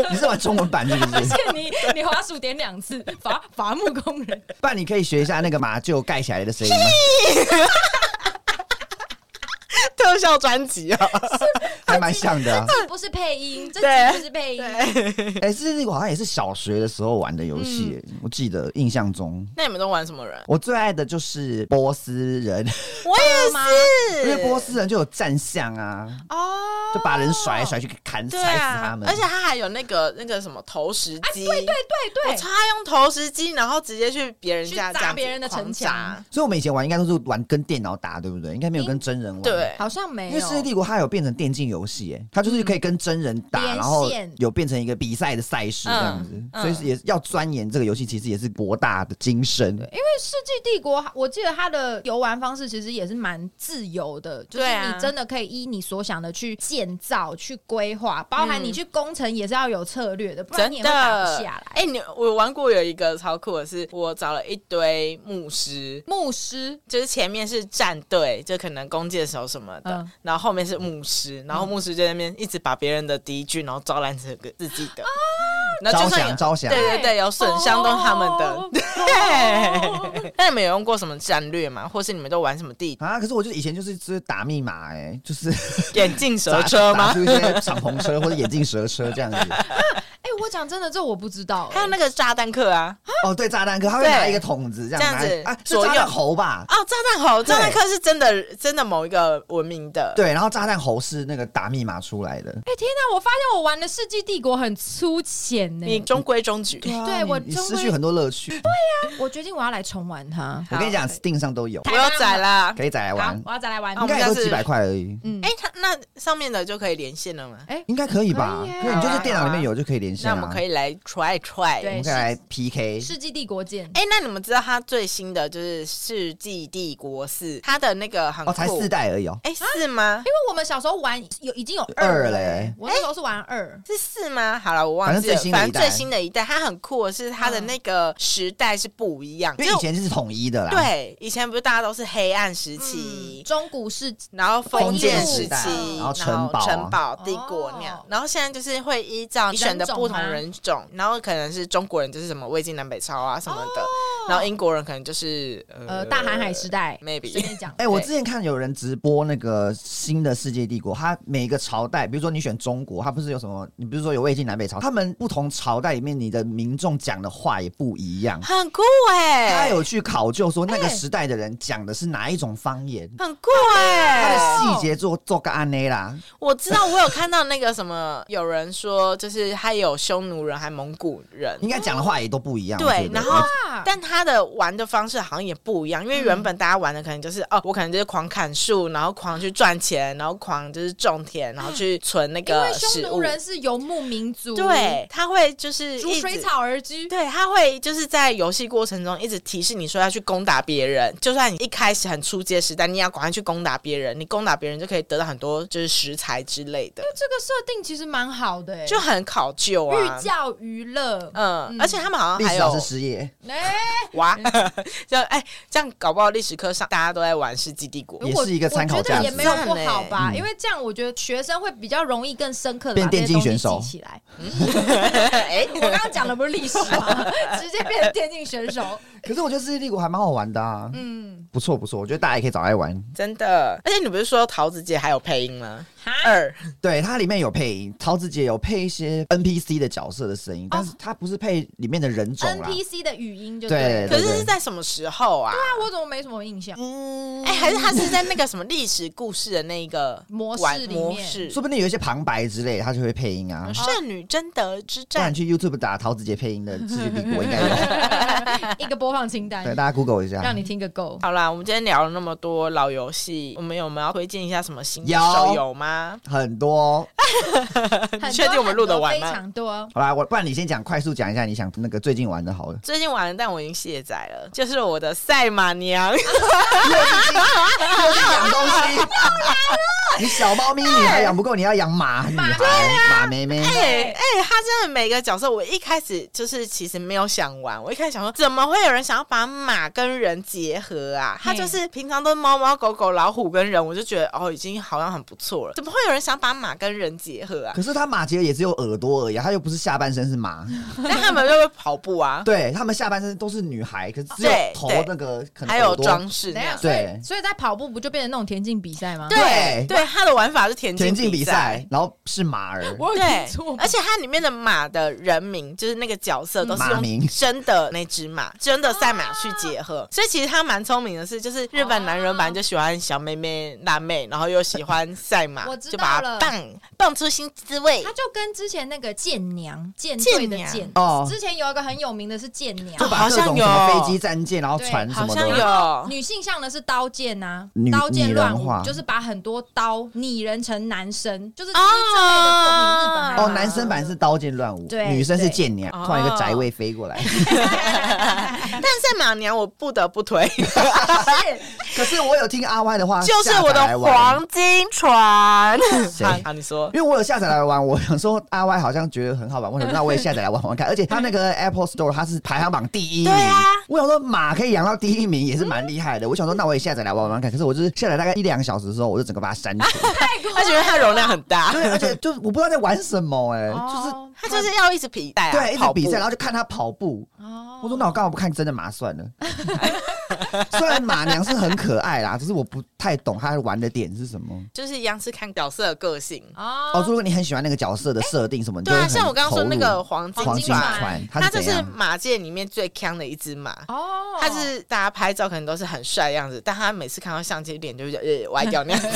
C: 你是玩中文版是不
B: 而
C: 是？
B: 且你你滑鼠点两次，伐伐木工 人，
C: 不然你可以学一下那个马厩盖起来的声音吗。
A: 特效专辑啊，
C: 还蛮像的啊、
B: 这不是配音，这
A: 对
B: 集不是配音。
C: 哎、是那个好像也是小学的时候玩的游戏耶、
A: 嗯
C: 我记得印象中。
A: 那你们都玩什么人？
C: 我最爱的就是波斯人，
A: 我也
C: 因为波斯人就有战象啊，
A: 哦
C: 就把人甩来甩去砍、
A: 对
C: 踩死他
A: 啊，
C: 们。
A: 而且他还有那个那个什么投石机，啊对对，
B: 哎
A: 我
B: 对对
A: 超，爱用投石机，然后直接去别人家
B: 去砸
A: 这样子
B: 别人的城
A: 狂
B: 墙
A: 砸，
C: 所以我们以前玩应该都是玩跟电脑打，对不对？应该没有跟真人玩。。
A: 对，
B: 好像没
C: 因为《世界
B: 有。
C: 帝国》它有变成电竞游戏，哎，它就是可以跟真人打，
B: 连线
C: 然后有变成一个比赛的赛事这样子，
A: 嗯嗯
C: 所以是也要钻研这个游戏，其实也是博大的精深。
B: 因为《世纪帝国》，我记得它的游玩方式其实也是蛮自由的，就是
A: 对啊
B: 你真的可以依你所想的去建造、去规划，包含
A: 嗯
B: 你去工程也是要有策略的，不然
A: 真
B: 你也会
A: 的
B: 打不下来。
A: 哎、你我玩过有一个超酷的是，我找了一堆牧师。
B: 牧师
A: 就是前面是战队，就可能弓箭手什么的，
B: 嗯
A: 然后后面是牧师，然后牧师就在那边一直把别人的敌军，然后招揽成个自己的，然后就算有
C: 招降招降
A: 对对对，有损伤都是他们
B: 哦
A: 的。对，那你们有用过什么战略吗？或是你们都玩什么地图？
C: 啊！可是我就以前就是就是打密码，哎，就是
A: 眼镜 蛇车
C: 打
A: 吗
C: 出？一些敞篷车或者眼镜蛇车这样子。
B: 哎、我讲真的，这我不知道、
A: 还有那个炸弹客啊，
C: 哦，对，炸弹哥他会
A: 对
C: 拿一个桶子这样
A: 这样
C: 拿
A: 子
C: 啊，是
A: 左
C: 炸
A: 右
C: 弹猴吧？
A: 哦，炸弹猴，
C: 对
A: 炸弹客是真的真的某一个文明的，
C: 对，然后炸弹猴是那个打密码出来的。
B: 哎、天哪！我发现我玩的《世纪帝国》很粗浅呢、
A: 你中规中矩。
C: 啊
B: 对
C: 你
B: 我
C: 你
B: 终
C: 失
B: 于
C: 去很多乐趣。
A: 啊
B: 我决定我要来重玩它。
C: 我跟你讲，Steam 上都有，
A: 我又宰啦，
C: 可以再来玩
B: 好，，我要再来玩。
A: 好
C: 应该也
A: 我
C: 都
A: 们下次
C: 几百块而已。
B: 嗯，
A: 哎、它那上面的就可以连线了吗？
C: 应该可以吧
B: 可以？耶
C: 对，你就是电脑里面有就可以连线
A: 那
C: 啊。
A: 我们可以来 try try。
C: 我
B: 对
C: 们可以来 PK。
B: 世纪帝国》见。
A: 哎、那你们知道它最新的就是《世纪帝国四》，它的那个很酷
C: 哦，才四，代而已哦。
A: 哎、
B: 啊
A: 四吗？
B: 因为我们小时候玩有已经有二
C: 二
B: 了、
C: 嘞
B: 欸，我那时候是玩二。
A: 是四吗？好了，我忘记了。
C: 反正
A: 反正
C: 最新的一代
A: 最新的一代，它很酷的是它的那个时代是不一样，
C: 嗯因
A: 就
C: 为以前是统一的啊啦。。
A: 对以前不是大家都是黑暗时期。
B: 嗯中古世纪
A: 然后封建时
B: 封建时代
A: 期，
B: 然
C: 后城堡啊
A: 城堡、帝国那样，
B: 哦
A: 然后现在就是会依照你选的不同人种，然后可能是中国人就是什么魏晋南北朝啊什么的，
B: 哦
A: 然后英国人可能就是呃
B: 呃大航海时代
A: ，maybe
B: 随便讲。
C: 哎，我
A: 对
C: 之前看有人直播那个新的世界帝国，它每一个朝代，比如说你选中国，它不是有什么？你比如说有魏晋南北朝，他们不同朝代里面，你的民众讲的话也不一样。
A: 很酷哎、
C: 他有去考究说那个
B: 哎
C: 时代的人讲的是哪一种方言，
A: 很酷哎、
C: 他的细节做做个案内啦。
A: 我知道，我有看到那个什么，有人说就是他有匈奴人，还蒙古人，
C: 应该讲的话也都不一样。我觉
A: 对，
C: 得
A: 然后
B: 啊
A: 但他他的玩的方式好像也不一样，因为原本大家玩的可能就是、
B: 嗯
A: 哦，我可能就是狂砍树，然后狂去赚钱，然后狂就是种田，然后去存那
B: 因
A: 个
B: 为匈
A: 食
B: 奴
A: 物。
B: 人是游牧民族，
A: 对，，他会就是
B: 逐
A: 一
B: 水
A: 直
B: 草而居。
A: 对，他会就是在游戏过程中一直提示你说要去攻打别人，就算你一开始很初阶时代，你也要赶快去攻打别人，你攻打别人就可以得到很多就是食材之类的，
B: 这个设定其实蛮好的、欸，
A: 就很考究啊
B: 寓。教于乐。
A: 嗯，
B: 嗯
A: 而且他们好
C: 历
A: 像还
C: 史老师
A: 有
C: 失业，
B: 哎、
A: 哇，这样哎，这样搞不好历史课上大家都在玩《世纪帝国》。
C: 也
B: 我
C: 是一个参考
B: 我觉
C: 价
B: 得
C: 值
B: 也没有不好吧，
C: 嗯
B: 因为这样我觉得学生会比较容易更深刻的
C: 变
B: 把这些
C: 电
B: 东
C: 竞
B: 西
C: 选手
B: 记起来。
A: 哎，
B: 我刚刚讲的不是历史吗？ 直接变成电竞选手。
C: 可是我觉得《世纪帝国》还蛮好玩的啊，
B: 嗯，
C: 不错不错，我觉得大家也可以找来玩。
A: 真的，而且你不是说桃子姐还有配音吗？
B: 哈
A: 二
C: 对，它里面有配音，桃子姐有配一些 NPC 的角色的声音，
B: 哦
C: 但是它不是配里面的人种啦。
B: ，NPC 的语音就
C: 对
B: 了
A: 可是是在什么时候啊？
B: 那我怎么没什么印象？啊
C: 嗯，
A: 哎，还是他是在那个什么历史故事的那一个
B: 模式
A: 玩
B: 里面
A: 模式
C: 说不定有一些旁白之类，它就会配音
B: 哦
C: 啊。
A: 圣女贞德之
C: 不然
A: 战
C: 你去 YouTube 打桃子姐配音的《世纪帝 国》应该有。
B: 一个播放清
C: 对，
B: 单，
C: 大家 Google 一下
B: 让。你听个够。
A: 好啦，我们今天聊了那么多老游戏，我们有没有要推荐一下什么新的
C: 有
A: 手游吗？
C: 很多，
B: 很多
A: 确定我们录得完
B: 很
A: 吗。
B: 多非常多。
C: 好啦，我不然你先讲，快速讲一下你想那个最近玩的 好了
A: 最近玩，但我已经卸载了，就是我的赛马娘，
C: 又是养东西，你小猫咪你还养不够，你要养马女孩、
B: 啊
C: 马妹妹。
A: 哎哎，他真的每个角色，我一开始就是其实没有想玩，我一开始想说，怎么会有人想要把马跟人结合啊？他就是平常都猫猫狗狗、老虎跟人，我就觉得哦，已经好像很不错了，怎么会有人想把马跟人结合啊？
C: 可是它马杰也只有耳朵而已啊，它又不是下半身是马。
A: 但他们就会跑步啊，
C: 对他们下半身都是女孩，可是只有
A: 对
C: 头
A: 对
C: 那个 可能
A: 还有
C: 耳朵
A: 装饰那
B: 等一下，
A: 样。
B: 所以
C: 对
B: 所以在跑步不就变成那种田径比赛吗？
A: 对
C: 对
A: 对，他的玩法是田
C: 田
A: 径
C: 径比
A: 赛
C: 赛，。然后是马儿。
B: 我有
A: 对
B: 听错，吗
A: 而且它里面的马的人名，就是那个角色都是
C: 马
A: 用
C: 名
A: 真的那只马、真的赛马去结合，所以其实他蛮聪明的是，就是日本男人本来就喜欢小妹妹、辣妹，然后又喜欢赛马，
B: 我知
A: 就把它
B: 道了
A: 棒棒出新滋味
B: 它。就跟之前那个舰娘、舰队的
A: 舰
B: 舰
A: 娘，
C: 哦
B: 之前有一个很有名的是舰
C: 就
B: 娘，
A: 啊
C: 把各
A: 好像
C: 种
A: 有
C: 什么飞机、战舰，然后
B: 对
C: 船什
A: 好
C: 么
A: 像
C: 的。
A: 有，
B: 女性向的是刀剑呐、
C: 女
B: 刀剑乱
C: 拟人化
B: 舞就是把很多刀拟人成男生，就是就是
A: 哦
B: 这类的作品，日本还蛮
C: 哦，男生版是刀剑乱舞，
B: 对
C: 女生是
B: 对
C: 剑娘，
A: 哦
C: 突然有一个宅位飞 过来。
A: 但赛马娘我不得不 推，
C: 可是我有听阿 Y 的话，
A: 就是
C: 下载
A: 我
C: 来
A: 的
C: 玩，
A: 黄金船。
C: 啊谁
A: 好好，你说
C: 因为我有下载来玩。我想说阿 Y 好像觉得很好玩，我想那我也下载来玩玩看。而且他那 个 Apple Store 它是排行榜第一
A: 对
C: 名，
A: 啊
C: 我想说马可以养到第一名也是蛮厉害的。我想说那我也下载来玩玩看。可是我就是下载大概一两个小时之后，我就整个把它删除。
A: 他觉得它容量很大，
C: 对，而 且就我不知道在玩什么哎、就是
B: 哦
A: 他就是要一直比赛啊，
C: 对，一直
A: 跑
C: 比
A: 步
C: 赛，然后就看他哎跑步。
B: 哦
C: 我说那我干嘛不看真的马 算了？虽然马娘是很可爱啦，只是我不太懂她玩的点是什么。
A: 就是一样是看角色的个性。
C: 哦，
B: 哦，
C: 如果你很喜欢那个角色的设定什么，你就
A: 对啊，
C: 会很
A: 像我刚刚说
C: 投入
A: 那个黄金
C: 黄金
A: 船，
C: 船，它
A: 它
C: 是
A: 就
C: 怎
A: 是
C: 样？
A: 马界里面最强的一只马。
B: 哦，
A: 它是大家拍照可能都是很帅的样子，但他每次看到相机脸就是呃歪掉那 样子。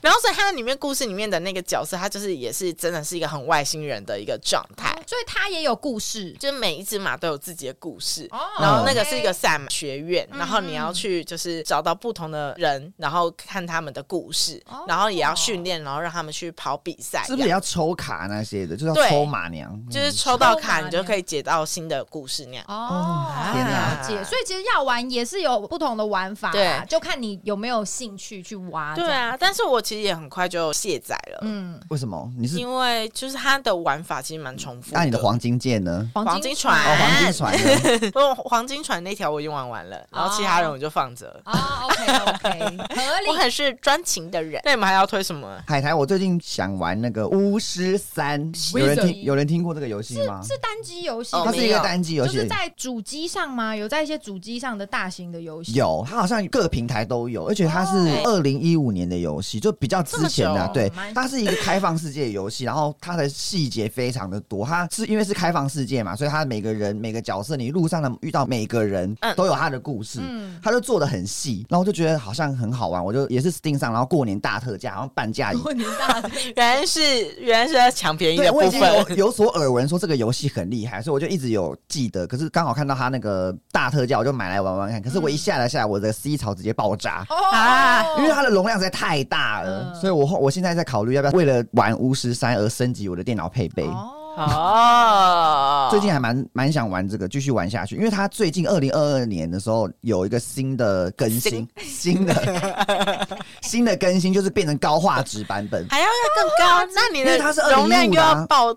A: 然后所以它里面故事里面的那个角色，他就是也是真的是一个很外星人的一个状态，
B: 哦所以它也有故事
A: 就是每一只马都有自己的故事。
B: 哦
A: 然后那个
B: OK 嗯
A: 是一个赛马学院，然后你要去就是找到不同的人，然后看他们的故事
B: 哦，
A: 然后也要训练，然后让他们去跑比赛这样，
C: 是不是也要抽卡那些的？就是要
A: 对
C: 抽马娘，嗯
A: 就是抽到
B: 抽马
A: 卡，你就可以解到新的故事那样。
B: 哦。
C: 天哪
B: 了解，所以其实要玩也是有不同的玩法啦，
A: 对
B: 就看你有没有兴趣去挖。
A: 对
B: 这样，
A: 啊，但是我其实也很快就卸载了，
B: 嗯，
C: 为什么？你是
A: 因为就是它的玩法其实蛮重复
C: 那你 的黄金剑呢？
A: 黄
B: 黄
A: 金
B: 金
A: 船
B: 船
C: 哦，黄金船呢？
A: 我黄金船那条我已经玩完了，然后其他人我就放着。
B: 哦，OK OK，合理
A: 我。很是专情的人。那你们还要推什么？
C: 海苔，我最近想玩那个巫师三，有人听有人听过这个游戏吗？
B: 是单机游戏
A: 哦
B: 吗，
C: 它是一
A: 没
C: 个
A: 有
C: 单机游
B: 就
C: 戏
B: 是，在主机上吗？有在一些主机上的大型的游戏？
C: 有，它好像各平台都有，而且它是二零一五年的游戏，就比较之前的、
A: 哦这
C: 啊
A: 么久哦
C: 对
B: 蛮，
C: 它是一个开放世界的游戏，然后它的细节非常的多，它是因为是开放世界嘛，所以他每个人每个角色，你路上的遇到每个人
A: 嗯
C: 都有他的故 事，
B: 嗯
C: 他就做的很细，然后我就觉得好像很好玩，我就也是 Steam 上，然后过年大特价，然后半价。
B: 过年大的
A: 原来是原来是在抢便宜
C: 对，
A: 的
C: 我已
A: 部
C: 经
A: 分
C: 有。有 所耳闻，说这个游戏很厉害，所以我就一直有记得。可是刚好看到他那个大特价，我就买来玩玩看。可是我一下来下来，我的 C 槽直接爆炸。
B: 哦
A: 啊
C: 因为它的容量实在太大了，
B: 嗯
C: 所以我后我现在在考虑要不要为了玩巫师三而升级我的电脑配备。
B: 哦，
A: 哦，
C: 最近还蛮蛮想玩这个，继续玩下去，因为它最近二零二二年的时候有一个新的更新，新的 新的更新就是变成高画质版本，
A: 还要再更高，那你
C: 因
A: 的
C: 为它是
A: 容量
C: 2015
A: 又
C: 的啊
A: 要爆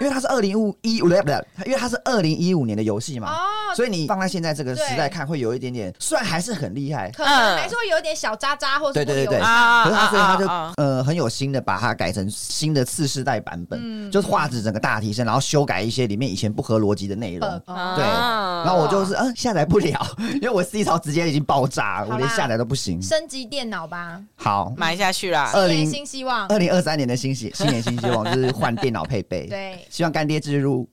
C: 因为它是二零五一，不对不对，因为它是二零一五年的游戏嘛，
B: 哦，
C: 所以你放在现在这个时
B: 对
C: 代看，会有一点点，虽然还是很厉害，
B: 可能
A: 嗯
B: 还是会有点小渣渣或者
C: 对对对对
A: 啊
C: 可是他所以他就、
A: 啊啊
C: 呃很有心的把它改成新的次世代版本，
B: 嗯
C: 就是画质整个大提升，然后修改一些里面以前不合逻辑的内容。
B: 哦
C: 对，
A: 啊
C: 然后我就是嗯、下载不了， 因为我 C 槽直接已经爆炸，
B: 啦
C: 我连下载都不行。
B: 升级电脑吧，
C: 好，
A: 买下去 啦。
C: 二
B: 新年
C: 零
B: 新希望。
C: 二零二三年的新 希新年新希望就是换电脑配备，
B: 对
C: 希望干爹之入。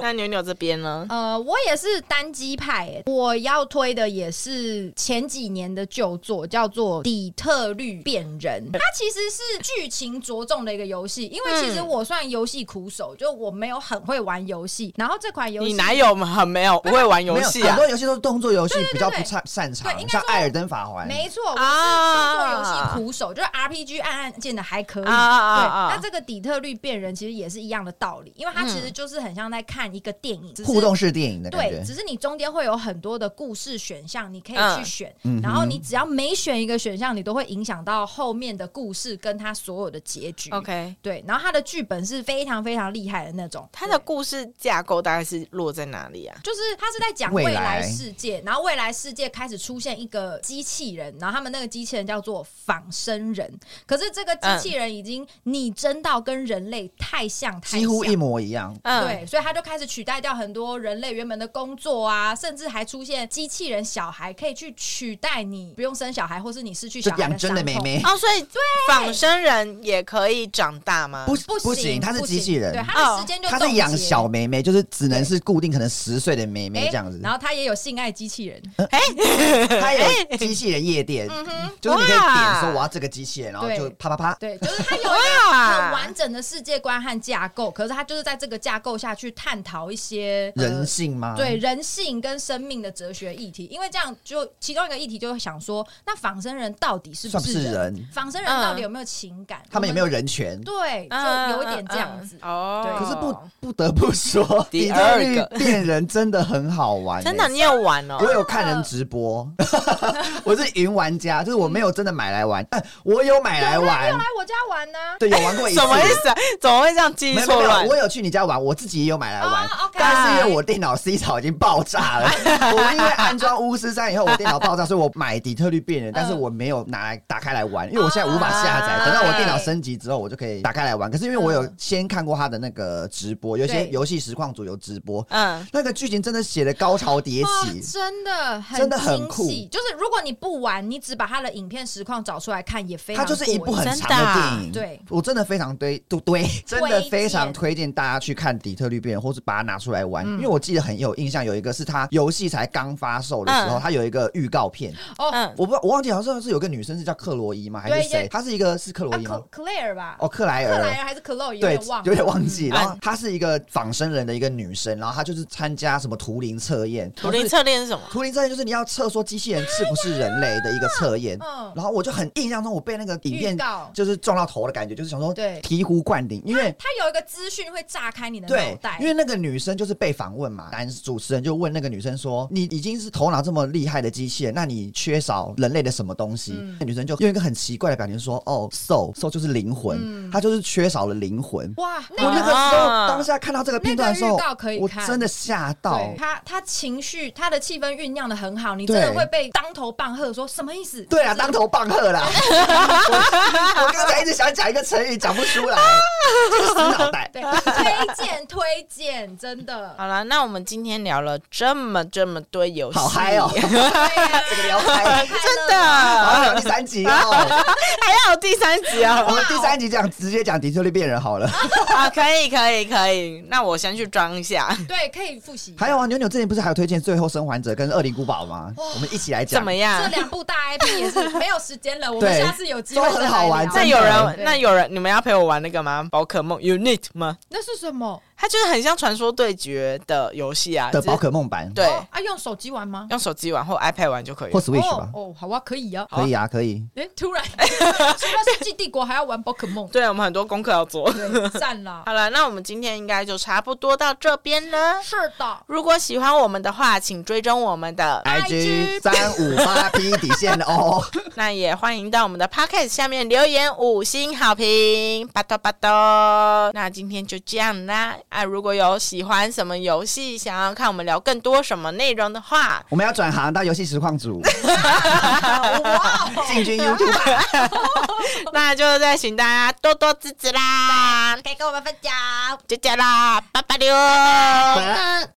A: 那牛牛这边呢？
B: 呃，我也是单机派耶，我要推的也是前几年的旧作，叫做《底特律变人》。它其实是剧情着重的一个游戏，因为其实
A: 嗯
B: 我算游戏苦手，就我没有很会玩游戏。然后这款游戏，
A: 你哪有很没有不会玩游
C: 没有
A: 戏啊
C: 很？多游戏都是动作游戏，
B: 对
C: 比较
B: 对
C: 不擅擅长
B: 对应，该
C: 像
B: 说
C: 《艾尔登法环》。
B: 没错，我是动作游
A: 啊
B: 戏苦手，就是 RPG 按按键的还可以。
A: 啊啊啊
B: 对，那这个底特律变人其实也是一样的道理，因为它其实就是很像在看一个电影，只是
C: 互动式电影的感
B: 对，
C: 觉
B: 只，是你中间会有很多的故事选项，你可以
A: 嗯
B: 去选，
C: 嗯哼
B: 然后你只要每选一个选项，你都会影响到后面的故事跟它所有的结局。
A: OK，
B: 对，然后它的剧本是非常非常厉害的那种，
A: 它的
B: 对
A: 故事架构大概是落在哪里啊？
B: 就是它是在讲
C: 未
B: 未
C: 来
B: 来世界，然后未来世界开始出现一个机器人，然后他们那个机器人叫做仿生人，可是这个机器人已经拟真到跟人类太像，太
C: 几乎
B: 像
C: 一模一样。
A: 嗯，
B: 对，所以他就开始取代掉很多人类原本的工作啊，甚至还出现机器人小孩可以去取代你不用生小孩，或是你失去
C: 就
B: 小孩
C: 养
B: 伤
C: 真的
B: 痛。
C: 妹妹，
A: 哦，所以仿生人也可以长大吗？
C: 不
B: 不
C: 不行，她是机器人
B: 对，，他
A: 哦
B: 的时间就
C: 她
B: 冻
C: 是养
B: 结
C: 小妹妹，就是只能是固定可能十岁的妹妹
B: 哎
C: 这样子。
B: 然后他也有性爱机器人，
C: 她有机器人夜店，就是你可以点说我要这个机器人，然后就
B: 嗯对
C: 啪啪啪。
B: 对，就是 他有一个
C: 啊
A: 哇
B: 很完整的世界观和架构，可是他就是在这个架构下去探讨一些呃
C: 人性吗？
B: 对，人性跟生命的哲学议题，因为这样就其中一个议题就会想说，那仿生人到底是不
C: 算不是
B: 人？
C: 人
B: 仿生人到底有没有情感？
C: 嗯他们有没
B: 有？
C: 有人权？
B: 对，
A: 嗯，
B: 就有一点这样子
A: 嗯。嗯哦。
B: 对
C: 可是不不得不说，
A: 第
C: 底特
A: 二
C: 律
A: 个
C: 变人真的很好 玩，
A: 真的，你。有玩哦？
C: 我有看人直播， 我是云玩家，就是我没有真的买来玩，但我有买来玩
B: 有，来我家玩啊呢、
C: 对，有玩过一 次。
A: 什么意思啊？怎么会这样记忆
C: 没有
A: 错
C: 没
A: 乱
C: 有，？我有去你家玩，我自己也有买来玩
B: 哦，OK
C: 但是因为我电脑 C 槽已经爆 炸了，我因为安装巫师三以后我电脑爆炸，所以我买底特律变人，
B: 嗯
C: 但是我没有拿来打开来玩，因为我现在无法下载，
A: 哦
C: 等
B: 啊
C: 到我电脑升级之后，我就可以打开来玩。可是因为我有先看过他的那个直播，有些
B: 对
C: 游戏实况组有直播，
A: 嗯，
C: 那个剧情真的写的高潮迭
B: 哇
C: 起，
B: 真的很
C: 真的很酷
B: 精细就是如果你不玩，你只把他的影片实况找出来看，也非
C: 它
B: 常
C: 就是一部
B: 过瘾
C: 很
A: 真的
C: 长
A: 啊
C: 的电影，
B: 对
C: 我真的非常推都 对，真的非常
B: 荐
C: 推荐大家去看《底特律变人》，或是把它拿出来
B: 嗯
C: 玩，因为我记得很有印象，有一个是它游戏才刚发售的时候，
A: 嗯
C: 它有一个预告片，
B: 哦。
A: 嗯，
C: 我不我忘记好像是有个女生是叫克洛伊吗？还
B: 对
C: 是谁
B: 对？
C: 她是一个是克洛
B: 啊
C: 伊吗？
B: 克 Claire 吧，
C: 哦，克莱
B: 克莱
C: 尔。
B: 尔还是 Chloe 有
C: 对
B: 点忘，
C: 有
B: 了。
C: 点忘记。
A: 嗯
C: 然后她是一个仿生人的一个女生，然后她就是参加什么图灵测验，
A: 图灵测验是什么？
C: 图灵测验就是你要测说机器人是不是人类的一个测验，
B: 嗯
C: 然后我就很印象中我被那个影
B: 预
C: 片
B: 告
C: 就是撞到头的感觉，就是想说
B: 对
C: 醍醐灌顶，因为。
B: 他有一个资讯会炸开你的脑
C: 对
B: 袋，，
C: 因为那个女生就是被访问嘛，男主持人就问那个女生说：“你已经是头脑这么厉害的机器人，那你缺少人类的什么东西？”
B: 嗯
C: 那女生就用一个很奇怪的表情说：“哦，soul soul 就是灵魂，她就是缺少了灵魂。”
B: 哇，
C: 我
B: 那个
C: 那个时候
A: 啊
C: 当下看到这个片段的时
B: 那
C: 候
B: 个预告可以，
C: 我
B: 看
C: 真的吓到
B: 对，他他情绪他的气氛酝酿的很好，你真
C: 对
B: 的会被当头棒喝，说什么意思？
C: 对
B: 就
C: 啊，
B: 是
C: 当头棒 喝啦！我我刚才一直想讲一个成语，讲不出 来，就是死脑袋。
B: 对，推荐推荐，真的。
A: 好了，那我们今天聊了这么这么多游戏，
C: 好嗨哦
B: 对呀
C: 这个聊 开，
A: 真
B: 太
A: 的，
B: 乐了
C: 好还有第三集哦，
A: 还要有第三集啊！
C: 我们第三集讲直接讲迪特利变人好了。
A: 啊，可以，可以，可以。那我先去装一下，
B: 对，可以复习。
C: 还有啊，牛牛之前不是还有推荐《最后生还者》跟《恶灵古堡》吗？我们一起来讲。
A: 怎么
B: 这
A: 样？
B: 两部大 IP 也是没有时间了，我们
C: 对
B: 下次有机会
C: 都
B: 再
C: 很好
B: 来
C: 玩
B: 聊。
A: 那
C: 真的
A: 有
B: 对
A: 人，那有人，你们要陪我玩那个吗？宝可梦 Unit 吗？
B: 那是什么？
A: 它就是很像传说对决的游戏啊，
C: 的
A: 只是
C: 宝可梦版？
A: 对，
B: 哦啊，用手机玩吗？
A: 用手机玩或 iPad 玩就可以
C: 或
A: 了。
C: Switch 吧？
B: 哦，哦好啊，可以啊。
C: 可以啊，可以。
B: 哎，突然 除了世纪帝国，还要玩宝可梦，
A: 对，我们很多功课要做。
B: 对，赞啦。
A: 好了，那我们今天应该就差不多到这边了。
B: 是的，
A: 如果喜欢我们的话，请追踪我们
C: 啊
A: 的
C: IG 三五八 P 底线哦，
A: 那也欢迎到我们的 Podcast 下面留言五星好评，巴托巴托。那今天就这样啦啊！如果有喜欢什么游戏，想要看我们聊更多什么内容的话，
C: 我们要转行到游戏实况组，
B: 哇哦，
C: 进军 YouTube。
A: 那就再请大家多多支持啦！
B: 可以跟我们分享。
A: 就这样啦，拜拜喽！